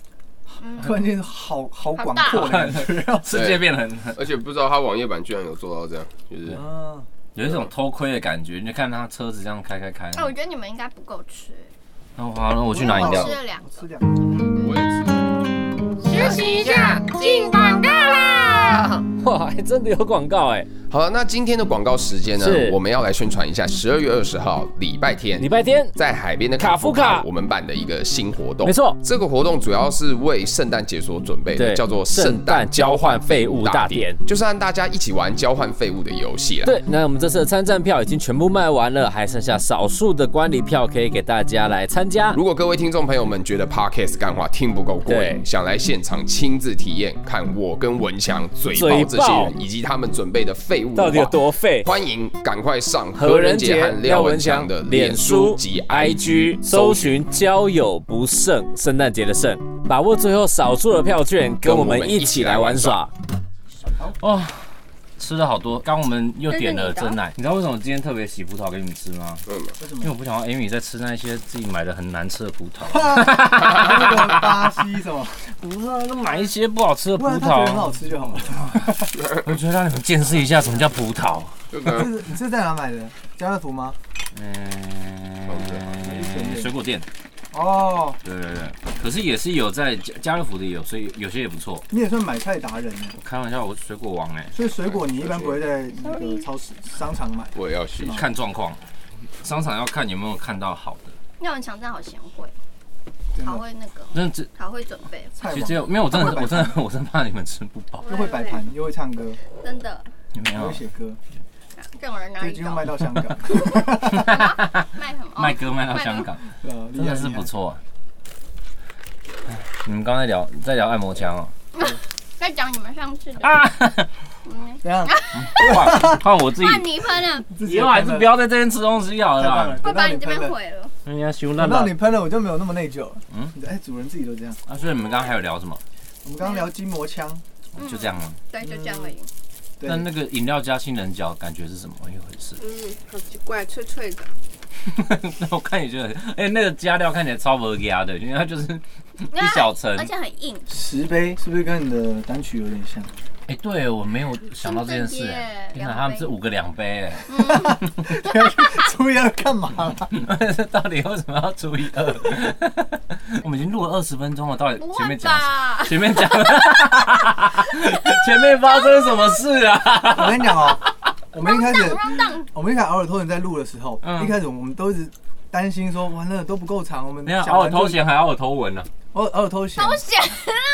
[SPEAKER 4] 突然间好好广阔的 感觉。
[SPEAKER 1] 世界变得很很
[SPEAKER 2] 而且不知道他网页版居然有做到这样，就是
[SPEAKER 4] 啊，
[SPEAKER 1] 有一种偷窥的感觉，你就看他车子这样开开开，
[SPEAKER 3] 哎，我觉得你们应该不够吃，
[SPEAKER 1] 然后好，那我去拿饮料
[SPEAKER 3] 我吃。了两
[SPEAKER 4] 我
[SPEAKER 3] 个。
[SPEAKER 4] 吃两
[SPEAKER 2] 我也是。
[SPEAKER 5] 休息一下，进广告 啦！
[SPEAKER 1] 哇，还真的有广告哎、
[SPEAKER 2] 好了，那今天的广告时间呢
[SPEAKER 1] 是，
[SPEAKER 2] 我们要来宣传一下十二月二十号礼拜天，
[SPEAKER 1] 礼拜天
[SPEAKER 2] 在海边的
[SPEAKER 1] 卡夫卡
[SPEAKER 2] 我们办的一个新活动。
[SPEAKER 1] 没错
[SPEAKER 2] 这个活动主要是为圣诞节所准备的，
[SPEAKER 1] 对
[SPEAKER 2] 叫做圣诞交换废物
[SPEAKER 1] 圣
[SPEAKER 2] 大典
[SPEAKER 1] 哎诞交换废物大，典
[SPEAKER 2] 就是让大家一起玩交换废物的游戏啦。
[SPEAKER 6] 对，那我们这次的参战票已经全部卖完了，还剩下少数的观礼票可以给大家来参加。
[SPEAKER 2] 如果各位听众朋友们觉得 podcast 干话听不够过瘾
[SPEAKER 6] 对，
[SPEAKER 2] 想来现场亲自体验，看我跟文强嘴
[SPEAKER 6] 嘴
[SPEAKER 2] 爆
[SPEAKER 6] 爆
[SPEAKER 2] 这些人以及他们准备的废物的话
[SPEAKER 6] 到底有多废？
[SPEAKER 2] 欢迎赶快上何
[SPEAKER 6] 何
[SPEAKER 2] 仁
[SPEAKER 6] 仁
[SPEAKER 2] 杰
[SPEAKER 6] 杰
[SPEAKER 2] 和
[SPEAKER 6] 和
[SPEAKER 2] 廖
[SPEAKER 6] 廖
[SPEAKER 2] 文
[SPEAKER 6] 文
[SPEAKER 2] 强
[SPEAKER 6] 强
[SPEAKER 2] 的
[SPEAKER 6] 的
[SPEAKER 2] 脸
[SPEAKER 6] 脸
[SPEAKER 2] 书
[SPEAKER 6] 书
[SPEAKER 2] 及
[SPEAKER 6] 及
[SPEAKER 2] IG
[SPEAKER 6] IG
[SPEAKER 2] 搜
[SPEAKER 6] 搜
[SPEAKER 2] 寻。
[SPEAKER 6] 寻“交友不慎”，圣诞节的圣，把握最后少数的票券，跟我们一起来玩耍。
[SPEAKER 1] 哦，吃了好多。刚我们又点了
[SPEAKER 3] 这是你的
[SPEAKER 1] 真奶，你知道为什么今天特别洗葡萄给你们吃吗？因为我不想要 Amy 在吃那些自己买的很难吃的葡萄，
[SPEAKER 4] 那个巴西什么，
[SPEAKER 1] 不是啊，都买一些不好吃的
[SPEAKER 4] 不
[SPEAKER 1] 葡
[SPEAKER 4] 然他觉得很好
[SPEAKER 1] 萄。
[SPEAKER 4] 吃就 好了。
[SPEAKER 1] 我觉得让你们见识一下什么叫葡 萄。
[SPEAKER 2] 这个
[SPEAKER 4] 这是你是在哪买的？家乐福吗？
[SPEAKER 1] 嗯，水果店，
[SPEAKER 4] 哦，
[SPEAKER 1] 对对对，可是也是有在家家乐福的也有，所以有些也不错。
[SPEAKER 4] 你也算买菜达人呢。
[SPEAKER 1] 我开玩笑，我水果王哎、
[SPEAKER 4] 所以水果你一般不会在那个超市、商场买。
[SPEAKER 2] 我也要
[SPEAKER 4] 嗯
[SPEAKER 2] 学习。
[SPEAKER 1] 看状况，商场要看有没有看到好的。
[SPEAKER 3] 廖文强真的好贤惠，
[SPEAKER 4] 真
[SPEAKER 3] 好
[SPEAKER 4] 的
[SPEAKER 3] 会那个，
[SPEAKER 1] 真的只
[SPEAKER 3] 好会准备，
[SPEAKER 4] 菜
[SPEAKER 1] 其
[SPEAKER 4] 网
[SPEAKER 1] 实只有没有，我真的我真的 我真的怕你们吃不饱。
[SPEAKER 4] 又会摆盘，又会唱歌，
[SPEAKER 1] 哦
[SPEAKER 3] 真的，
[SPEAKER 1] 没
[SPEAKER 4] 又
[SPEAKER 1] 有
[SPEAKER 4] 会，写歌，
[SPEAKER 3] 这种人哪
[SPEAKER 4] 最
[SPEAKER 3] 里
[SPEAKER 4] 近
[SPEAKER 3] 找
[SPEAKER 4] 又？卖到香港，
[SPEAKER 3] 卖什么？哦
[SPEAKER 1] 卖歌卖到香港。
[SPEAKER 4] 对啊
[SPEAKER 1] 真的是不。错、啊。
[SPEAKER 4] 哎
[SPEAKER 1] 你们刚才聊在聊按摩枪哦、
[SPEAKER 3] 在讲你们上次的，
[SPEAKER 1] 啊，
[SPEAKER 3] 嗯
[SPEAKER 4] 厉害厉害
[SPEAKER 1] 换换我自己，
[SPEAKER 3] 换你喷了，
[SPEAKER 4] 怎样？
[SPEAKER 1] 以后还是不要在这边吃东西好
[SPEAKER 4] 太
[SPEAKER 1] 了
[SPEAKER 4] 棒了
[SPEAKER 1] 啦。
[SPEAKER 3] 会
[SPEAKER 4] 等
[SPEAKER 3] 把
[SPEAKER 4] 到
[SPEAKER 3] 你
[SPEAKER 4] 你
[SPEAKER 3] 这
[SPEAKER 4] 喷
[SPEAKER 3] 边
[SPEAKER 4] 了，
[SPEAKER 3] 毁了。
[SPEAKER 1] 人家修烂
[SPEAKER 4] 等到
[SPEAKER 1] 了
[SPEAKER 4] 你。喷了，我就没有那么内疚了。嗯
[SPEAKER 1] 嗯，
[SPEAKER 4] 哎，主人自己都这样。
[SPEAKER 1] 啊，所以你们刚刚还有聊什么？
[SPEAKER 4] 我们刚刚聊筋膜枪，
[SPEAKER 1] 就这样啊吗？
[SPEAKER 3] 对，就这样而已。
[SPEAKER 4] 对
[SPEAKER 1] 那，那个饮料加杏仁角感觉是什么一回事？
[SPEAKER 7] 嗯，好奇怪，脆脆的，
[SPEAKER 1] 我看也觉得很，哎、那个加料看起来超不压的，因为它就是
[SPEAKER 4] 嗯
[SPEAKER 1] 一小层。
[SPEAKER 3] 而且很硬，
[SPEAKER 4] 石碑是不是跟你的单曲有点像？
[SPEAKER 1] 哎、对我没有想到这件事、
[SPEAKER 3] 真的耶
[SPEAKER 1] 哎天哪，
[SPEAKER 3] 两
[SPEAKER 1] 他们
[SPEAKER 3] 杯
[SPEAKER 1] 是五个两杯、
[SPEAKER 4] 注意要干嘛啦？
[SPEAKER 1] 哎， 到底为什么要除以二？ 我们已经录了二十分钟了，到底
[SPEAKER 3] 不
[SPEAKER 1] 前
[SPEAKER 3] 会
[SPEAKER 1] 面讲什么？
[SPEAKER 3] 吧？
[SPEAKER 1] 前面讲， 前面发生什么事啊？
[SPEAKER 4] 我跟你讲哦，我们一开始
[SPEAKER 3] round down，
[SPEAKER 4] 我们一开始偶尔偷闲在录的时候，
[SPEAKER 1] 嗯
[SPEAKER 4] 一开始我们都一直担心说完了都不够长，我们
[SPEAKER 1] 你看，
[SPEAKER 4] 讲
[SPEAKER 1] 偶
[SPEAKER 4] 完
[SPEAKER 1] 尔
[SPEAKER 4] 就
[SPEAKER 1] 偷，闲还偶尔偷文呢、
[SPEAKER 4] 偶尔偶尔偷闲，
[SPEAKER 3] 好险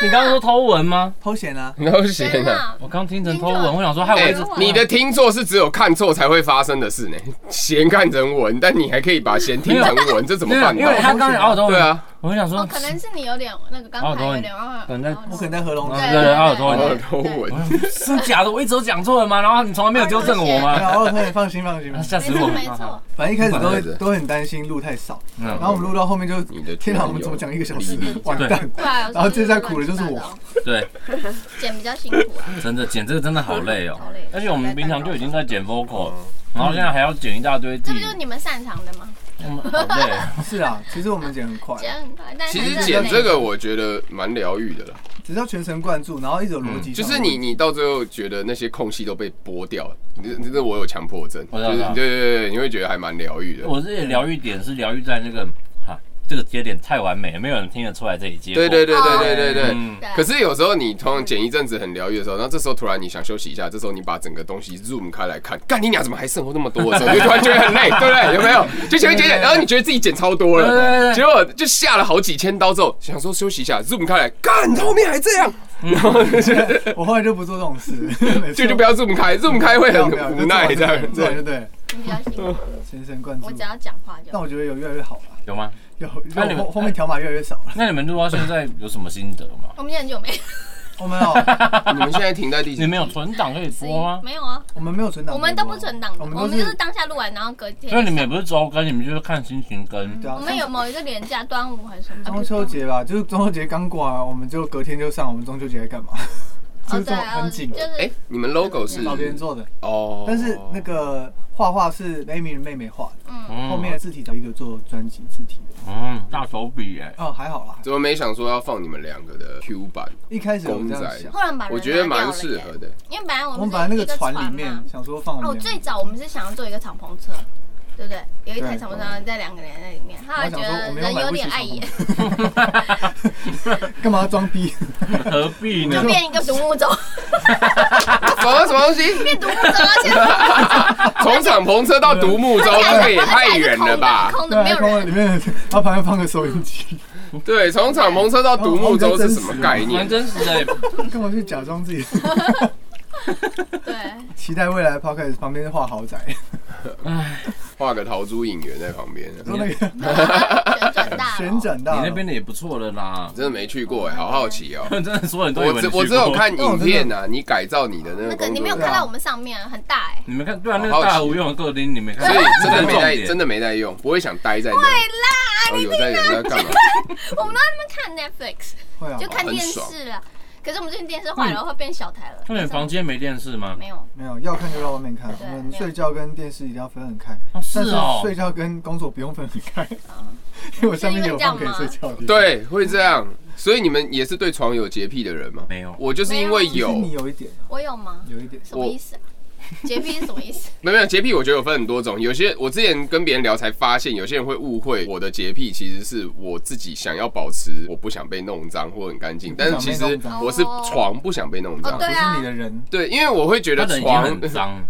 [SPEAKER 1] 你刚刚说偷文吗？
[SPEAKER 4] 偷闲啊，
[SPEAKER 2] 然闲啊！
[SPEAKER 3] 啊！
[SPEAKER 1] 我刚听成偷文，我想说害我
[SPEAKER 2] 哎、
[SPEAKER 1] 一直。
[SPEAKER 2] 你的听错是只有看错才会发生的事呢，闲看成文，但你还可以把闲听成文，这怎么
[SPEAKER 1] 没有，
[SPEAKER 2] 办
[SPEAKER 1] 因为
[SPEAKER 2] 到？
[SPEAKER 1] 他刚才偶尔偷文，
[SPEAKER 2] 对，啊，
[SPEAKER 1] 我就想说
[SPEAKER 3] 哦，，可能是你有点那个刚才有点哦忘了，
[SPEAKER 1] 可能在
[SPEAKER 4] 我可能在合龙
[SPEAKER 1] 对
[SPEAKER 4] 寺，
[SPEAKER 1] 对对，偶尔偷
[SPEAKER 2] 偶尔
[SPEAKER 1] 文，
[SPEAKER 2] 偷哦文，
[SPEAKER 1] 是假的，我一直都讲错了吗？然后你从来没有纠正我
[SPEAKER 4] 没有
[SPEAKER 1] 吗？
[SPEAKER 4] 偶尔偷闲，放心放心，放心
[SPEAKER 1] 吓死
[SPEAKER 3] 没
[SPEAKER 1] 我
[SPEAKER 3] 错
[SPEAKER 1] 了！
[SPEAKER 3] 啊没错，
[SPEAKER 4] 反正一开始
[SPEAKER 2] 不
[SPEAKER 4] 都
[SPEAKER 2] 然呢
[SPEAKER 4] 都很担心录太少，然
[SPEAKER 1] 嗯，
[SPEAKER 4] 后我们录到后面就
[SPEAKER 2] 你的
[SPEAKER 4] 天哪，我们怎么讲一个小时
[SPEAKER 2] 你的？
[SPEAKER 4] 完蛋！
[SPEAKER 3] 对啊。
[SPEAKER 4] 然后最在苦的就是我，
[SPEAKER 1] 对，
[SPEAKER 3] 剪比较辛苦啊，
[SPEAKER 1] 真的剪这个真的好累哦
[SPEAKER 3] 好累，
[SPEAKER 1] 而且我们平常就已经在剪 vocal，然后现在还要剪一大堆自
[SPEAKER 3] 这不
[SPEAKER 1] 己，
[SPEAKER 3] 就是你们擅长的吗？
[SPEAKER 1] 我们好累哦。
[SPEAKER 4] 是啊，其实我们剪很快，
[SPEAKER 3] 剪很快，但是
[SPEAKER 2] 其
[SPEAKER 3] 还是
[SPEAKER 2] 实
[SPEAKER 3] 很
[SPEAKER 2] 剪
[SPEAKER 3] 累
[SPEAKER 2] 这个我觉得蛮疗愈的啦，
[SPEAKER 4] 只是要全神贯注，然后一直有逻辑
[SPEAKER 2] 就
[SPEAKER 4] 上的问题。
[SPEAKER 2] 是你你到最后觉得那些空隙都被剥掉了，这这我有强迫症，
[SPEAKER 1] 我
[SPEAKER 2] 就
[SPEAKER 1] 知道
[SPEAKER 2] 是
[SPEAKER 1] 我知道
[SPEAKER 2] 对对对，你会觉得还蛮疗愈的。
[SPEAKER 1] 我自己的疗愈点是疗愈在那个哈，这个节点太完美了，没有人听得出来这一节。
[SPEAKER 2] 对对对对对对对。
[SPEAKER 1] 嗯，
[SPEAKER 3] 对
[SPEAKER 2] 可是有时候你通常剪一阵子很疗愈的时候，然后这时候突然你想休息一下，这时候你把整个东西 zoom 开来看，干你俩怎么还剩那么多的时候，你就突然觉得很累，对不对？有没有？就前面剪剪，然后你觉得自己剪超多
[SPEAKER 1] 对对对
[SPEAKER 2] 了，结果就下了好几千刀之后，想说休息一下，zoom 开来，干后面还这样，
[SPEAKER 1] 嗯
[SPEAKER 2] 然后就
[SPEAKER 4] 我后来就不做这种 事，没错
[SPEAKER 2] 就就不要 zoom 开，zoom 开会
[SPEAKER 4] 不要
[SPEAKER 2] 很
[SPEAKER 4] 不要
[SPEAKER 2] 无奈这样。
[SPEAKER 4] 对
[SPEAKER 2] 对
[SPEAKER 4] 对对，
[SPEAKER 3] 比较辛苦。
[SPEAKER 4] 全神贯注
[SPEAKER 3] 我。只要讲话就
[SPEAKER 4] 但我觉得有越来越好了，
[SPEAKER 1] 有吗？
[SPEAKER 4] 有
[SPEAKER 1] 那你们
[SPEAKER 4] 后后面条码越来越少 了。
[SPEAKER 1] 那你们录到现在有什么心得吗？
[SPEAKER 3] 我们很久没
[SPEAKER 4] 我们哦，
[SPEAKER 2] 你们现在停在第几
[SPEAKER 1] 你？们有存档可以播吗？
[SPEAKER 3] 没有啊，
[SPEAKER 4] 我们没有存档，啊
[SPEAKER 3] 我们都不存档的，
[SPEAKER 4] 我
[SPEAKER 3] 我
[SPEAKER 4] 们
[SPEAKER 3] 们
[SPEAKER 4] 都
[SPEAKER 3] 就是是当下录完，然后隔天。
[SPEAKER 1] 所以你们也不是周更，你们就是看心情更。
[SPEAKER 4] 对啊
[SPEAKER 3] 我们有某一个廉价端午还是什么？
[SPEAKER 4] 中秋节吧，就是中秋节刚过啊完，我们就隔天就上。我们中秋节在干嘛？就
[SPEAKER 3] 哦
[SPEAKER 4] 是这
[SPEAKER 3] 对
[SPEAKER 4] 种
[SPEAKER 3] 啊，
[SPEAKER 4] 很
[SPEAKER 3] 就
[SPEAKER 4] 紧，
[SPEAKER 2] 哎、
[SPEAKER 3] 是
[SPEAKER 2] 你们 logo 是
[SPEAKER 4] 找别人做的。
[SPEAKER 2] 哦，
[SPEAKER 4] 但是那个画画是 Amy 的妹妹画的，
[SPEAKER 2] 嗯
[SPEAKER 4] 后面的字体找一个做专辑字体的。
[SPEAKER 1] 嗯，大手笔哎，
[SPEAKER 4] 哦，还好啦，
[SPEAKER 2] 怎么没想说要放你们两个的 Q 版？
[SPEAKER 4] 一开始我这样想，
[SPEAKER 3] 后来把人
[SPEAKER 2] 我觉得
[SPEAKER 3] 拿掉
[SPEAKER 2] 蛮
[SPEAKER 3] 了
[SPEAKER 2] 适
[SPEAKER 3] 耶
[SPEAKER 2] 合的。
[SPEAKER 3] 因为本哦来我
[SPEAKER 4] 我
[SPEAKER 3] 们
[SPEAKER 4] 们把那
[SPEAKER 3] 是
[SPEAKER 4] 个
[SPEAKER 3] 一个
[SPEAKER 4] 船
[SPEAKER 3] 嘛
[SPEAKER 4] 里面想说放
[SPEAKER 3] 哦，
[SPEAKER 4] 里
[SPEAKER 3] 最
[SPEAKER 4] 面，
[SPEAKER 3] 早我们是想要做一个敞篷车，对不对？有一台
[SPEAKER 4] 对
[SPEAKER 3] 敞篷车，然后在两个人在里面，后来
[SPEAKER 4] 我
[SPEAKER 3] 觉
[SPEAKER 4] 想说
[SPEAKER 3] 得
[SPEAKER 4] 我们
[SPEAKER 3] 人
[SPEAKER 4] 又买
[SPEAKER 3] 有
[SPEAKER 4] 不起
[SPEAKER 3] 点碍
[SPEAKER 4] 床
[SPEAKER 3] 眼，
[SPEAKER 4] 干嘛装逼？
[SPEAKER 1] 何必呢
[SPEAKER 3] 就？变一个独木舟，
[SPEAKER 2] 什么啊什么东西？
[SPEAKER 3] 变独木舟，而且而
[SPEAKER 2] 从敞篷车到独木舟，这个也
[SPEAKER 3] 且
[SPEAKER 2] 太
[SPEAKER 3] 还是
[SPEAKER 2] 远
[SPEAKER 3] 空
[SPEAKER 2] 了
[SPEAKER 3] 的
[SPEAKER 2] 吧？
[SPEAKER 3] 空的没
[SPEAKER 4] 对，
[SPEAKER 3] 有
[SPEAKER 4] 还放在
[SPEAKER 3] 人，
[SPEAKER 4] 里面，然后旁边放个收音机，
[SPEAKER 2] 对，从敞篷车到独木舟是什么概
[SPEAKER 1] 蛮
[SPEAKER 2] 念？
[SPEAKER 1] 真哎实的，
[SPEAKER 4] 干嘛去假装自己？
[SPEAKER 3] 对，
[SPEAKER 4] 期待未来 p o d c a s 旁边是画豪宅，
[SPEAKER 2] 画个桃珠影园在旁边，啊
[SPEAKER 4] 说 那个
[SPEAKER 3] 旋转大楼
[SPEAKER 4] 旋，转大
[SPEAKER 1] 你
[SPEAKER 4] 楼
[SPEAKER 1] 那边的也不错了啦。
[SPEAKER 2] 真的没去过哎，好好奇哦。
[SPEAKER 1] 真的说很多，
[SPEAKER 2] 我只我只有，看影片呐，你改造你的那
[SPEAKER 3] 那
[SPEAKER 2] 个
[SPEAKER 3] 个
[SPEAKER 2] 工
[SPEAKER 3] 你没有
[SPEAKER 2] 作，
[SPEAKER 3] 看到我们上面很大哎，
[SPEAKER 1] 你们看，对啊，那个大无用的客厅，你没看，
[SPEAKER 2] 所以真的没在，真
[SPEAKER 1] 的
[SPEAKER 2] 的没在用，不会想待在那。
[SPEAKER 3] 啦，
[SPEAKER 2] 哦，有在有在干嘛？
[SPEAKER 3] 哎欸我们都在那边看 Netflix，
[SPEAKER 4] 会啊
[SPEAKER 3] 就，看
[SPEAKER 2] 很
[SPEAKER 3] 电
[SPEAKER 2] 爽
[SPEAKER 3] 视啊。可是我们最近电视坏了，会变小台了。
[SPEAKER 1] 那你们嗯房间没电视吗？
[SPEAKER 3] 没有，
[SPEAKER 4] 没有要看就到外面看，
[SPEAKER 3] 对
[SPEAKER 4] 我们睡觉跟电视一定要分很开，
[SPEAKER 1] 哦是
[SPEAKER 4] 但是
[SPEAKER 1] 哦
[SPEAKER 4] 睡觉跟工作不用分很 开，因为我下面有放可以睡觉的地方。
[SPEAKER 2] 对，啊会这样。所以你们也是对床有洁癖的人吗？
[SPEAKER 1] 没有
[SPEAKER 2] 我就是因为
[SPEAKER 4] 其实
[SPEAKER 2] 有
[SPEAKER 4] 你，有一点啊，
[SPEAKER 3] 我有吗？
[SPEAKER 4] 有一点，
[SPEAKER 3] 什么意思啊？洁癖是什么 意思？
[SPEAKER 2] 没有没有洁癖，我觉得有分很多种。有些我之前跟别人聊才发现，有些人会误会我的洁癖其实是我自己想要保持，我不想被弄脏或很干净，但是其实我是床不想被弄
[SPEAKER 3] 哦
[SPEAKER 2] 脏。
[SPEAKER 3] 对
[SPEAKER 4] 不
[SPEAKER 3] 啊
[SPEAKER 4] 是你的人，
[SPEAKER 2] 对，因为我会觉
[SPEAKER 1] 他
[SPEAKER 2] 得
[SPEAKER 1] 的已经
[SPEAKER 2] 床
[SPEAKER 1] 很，脏，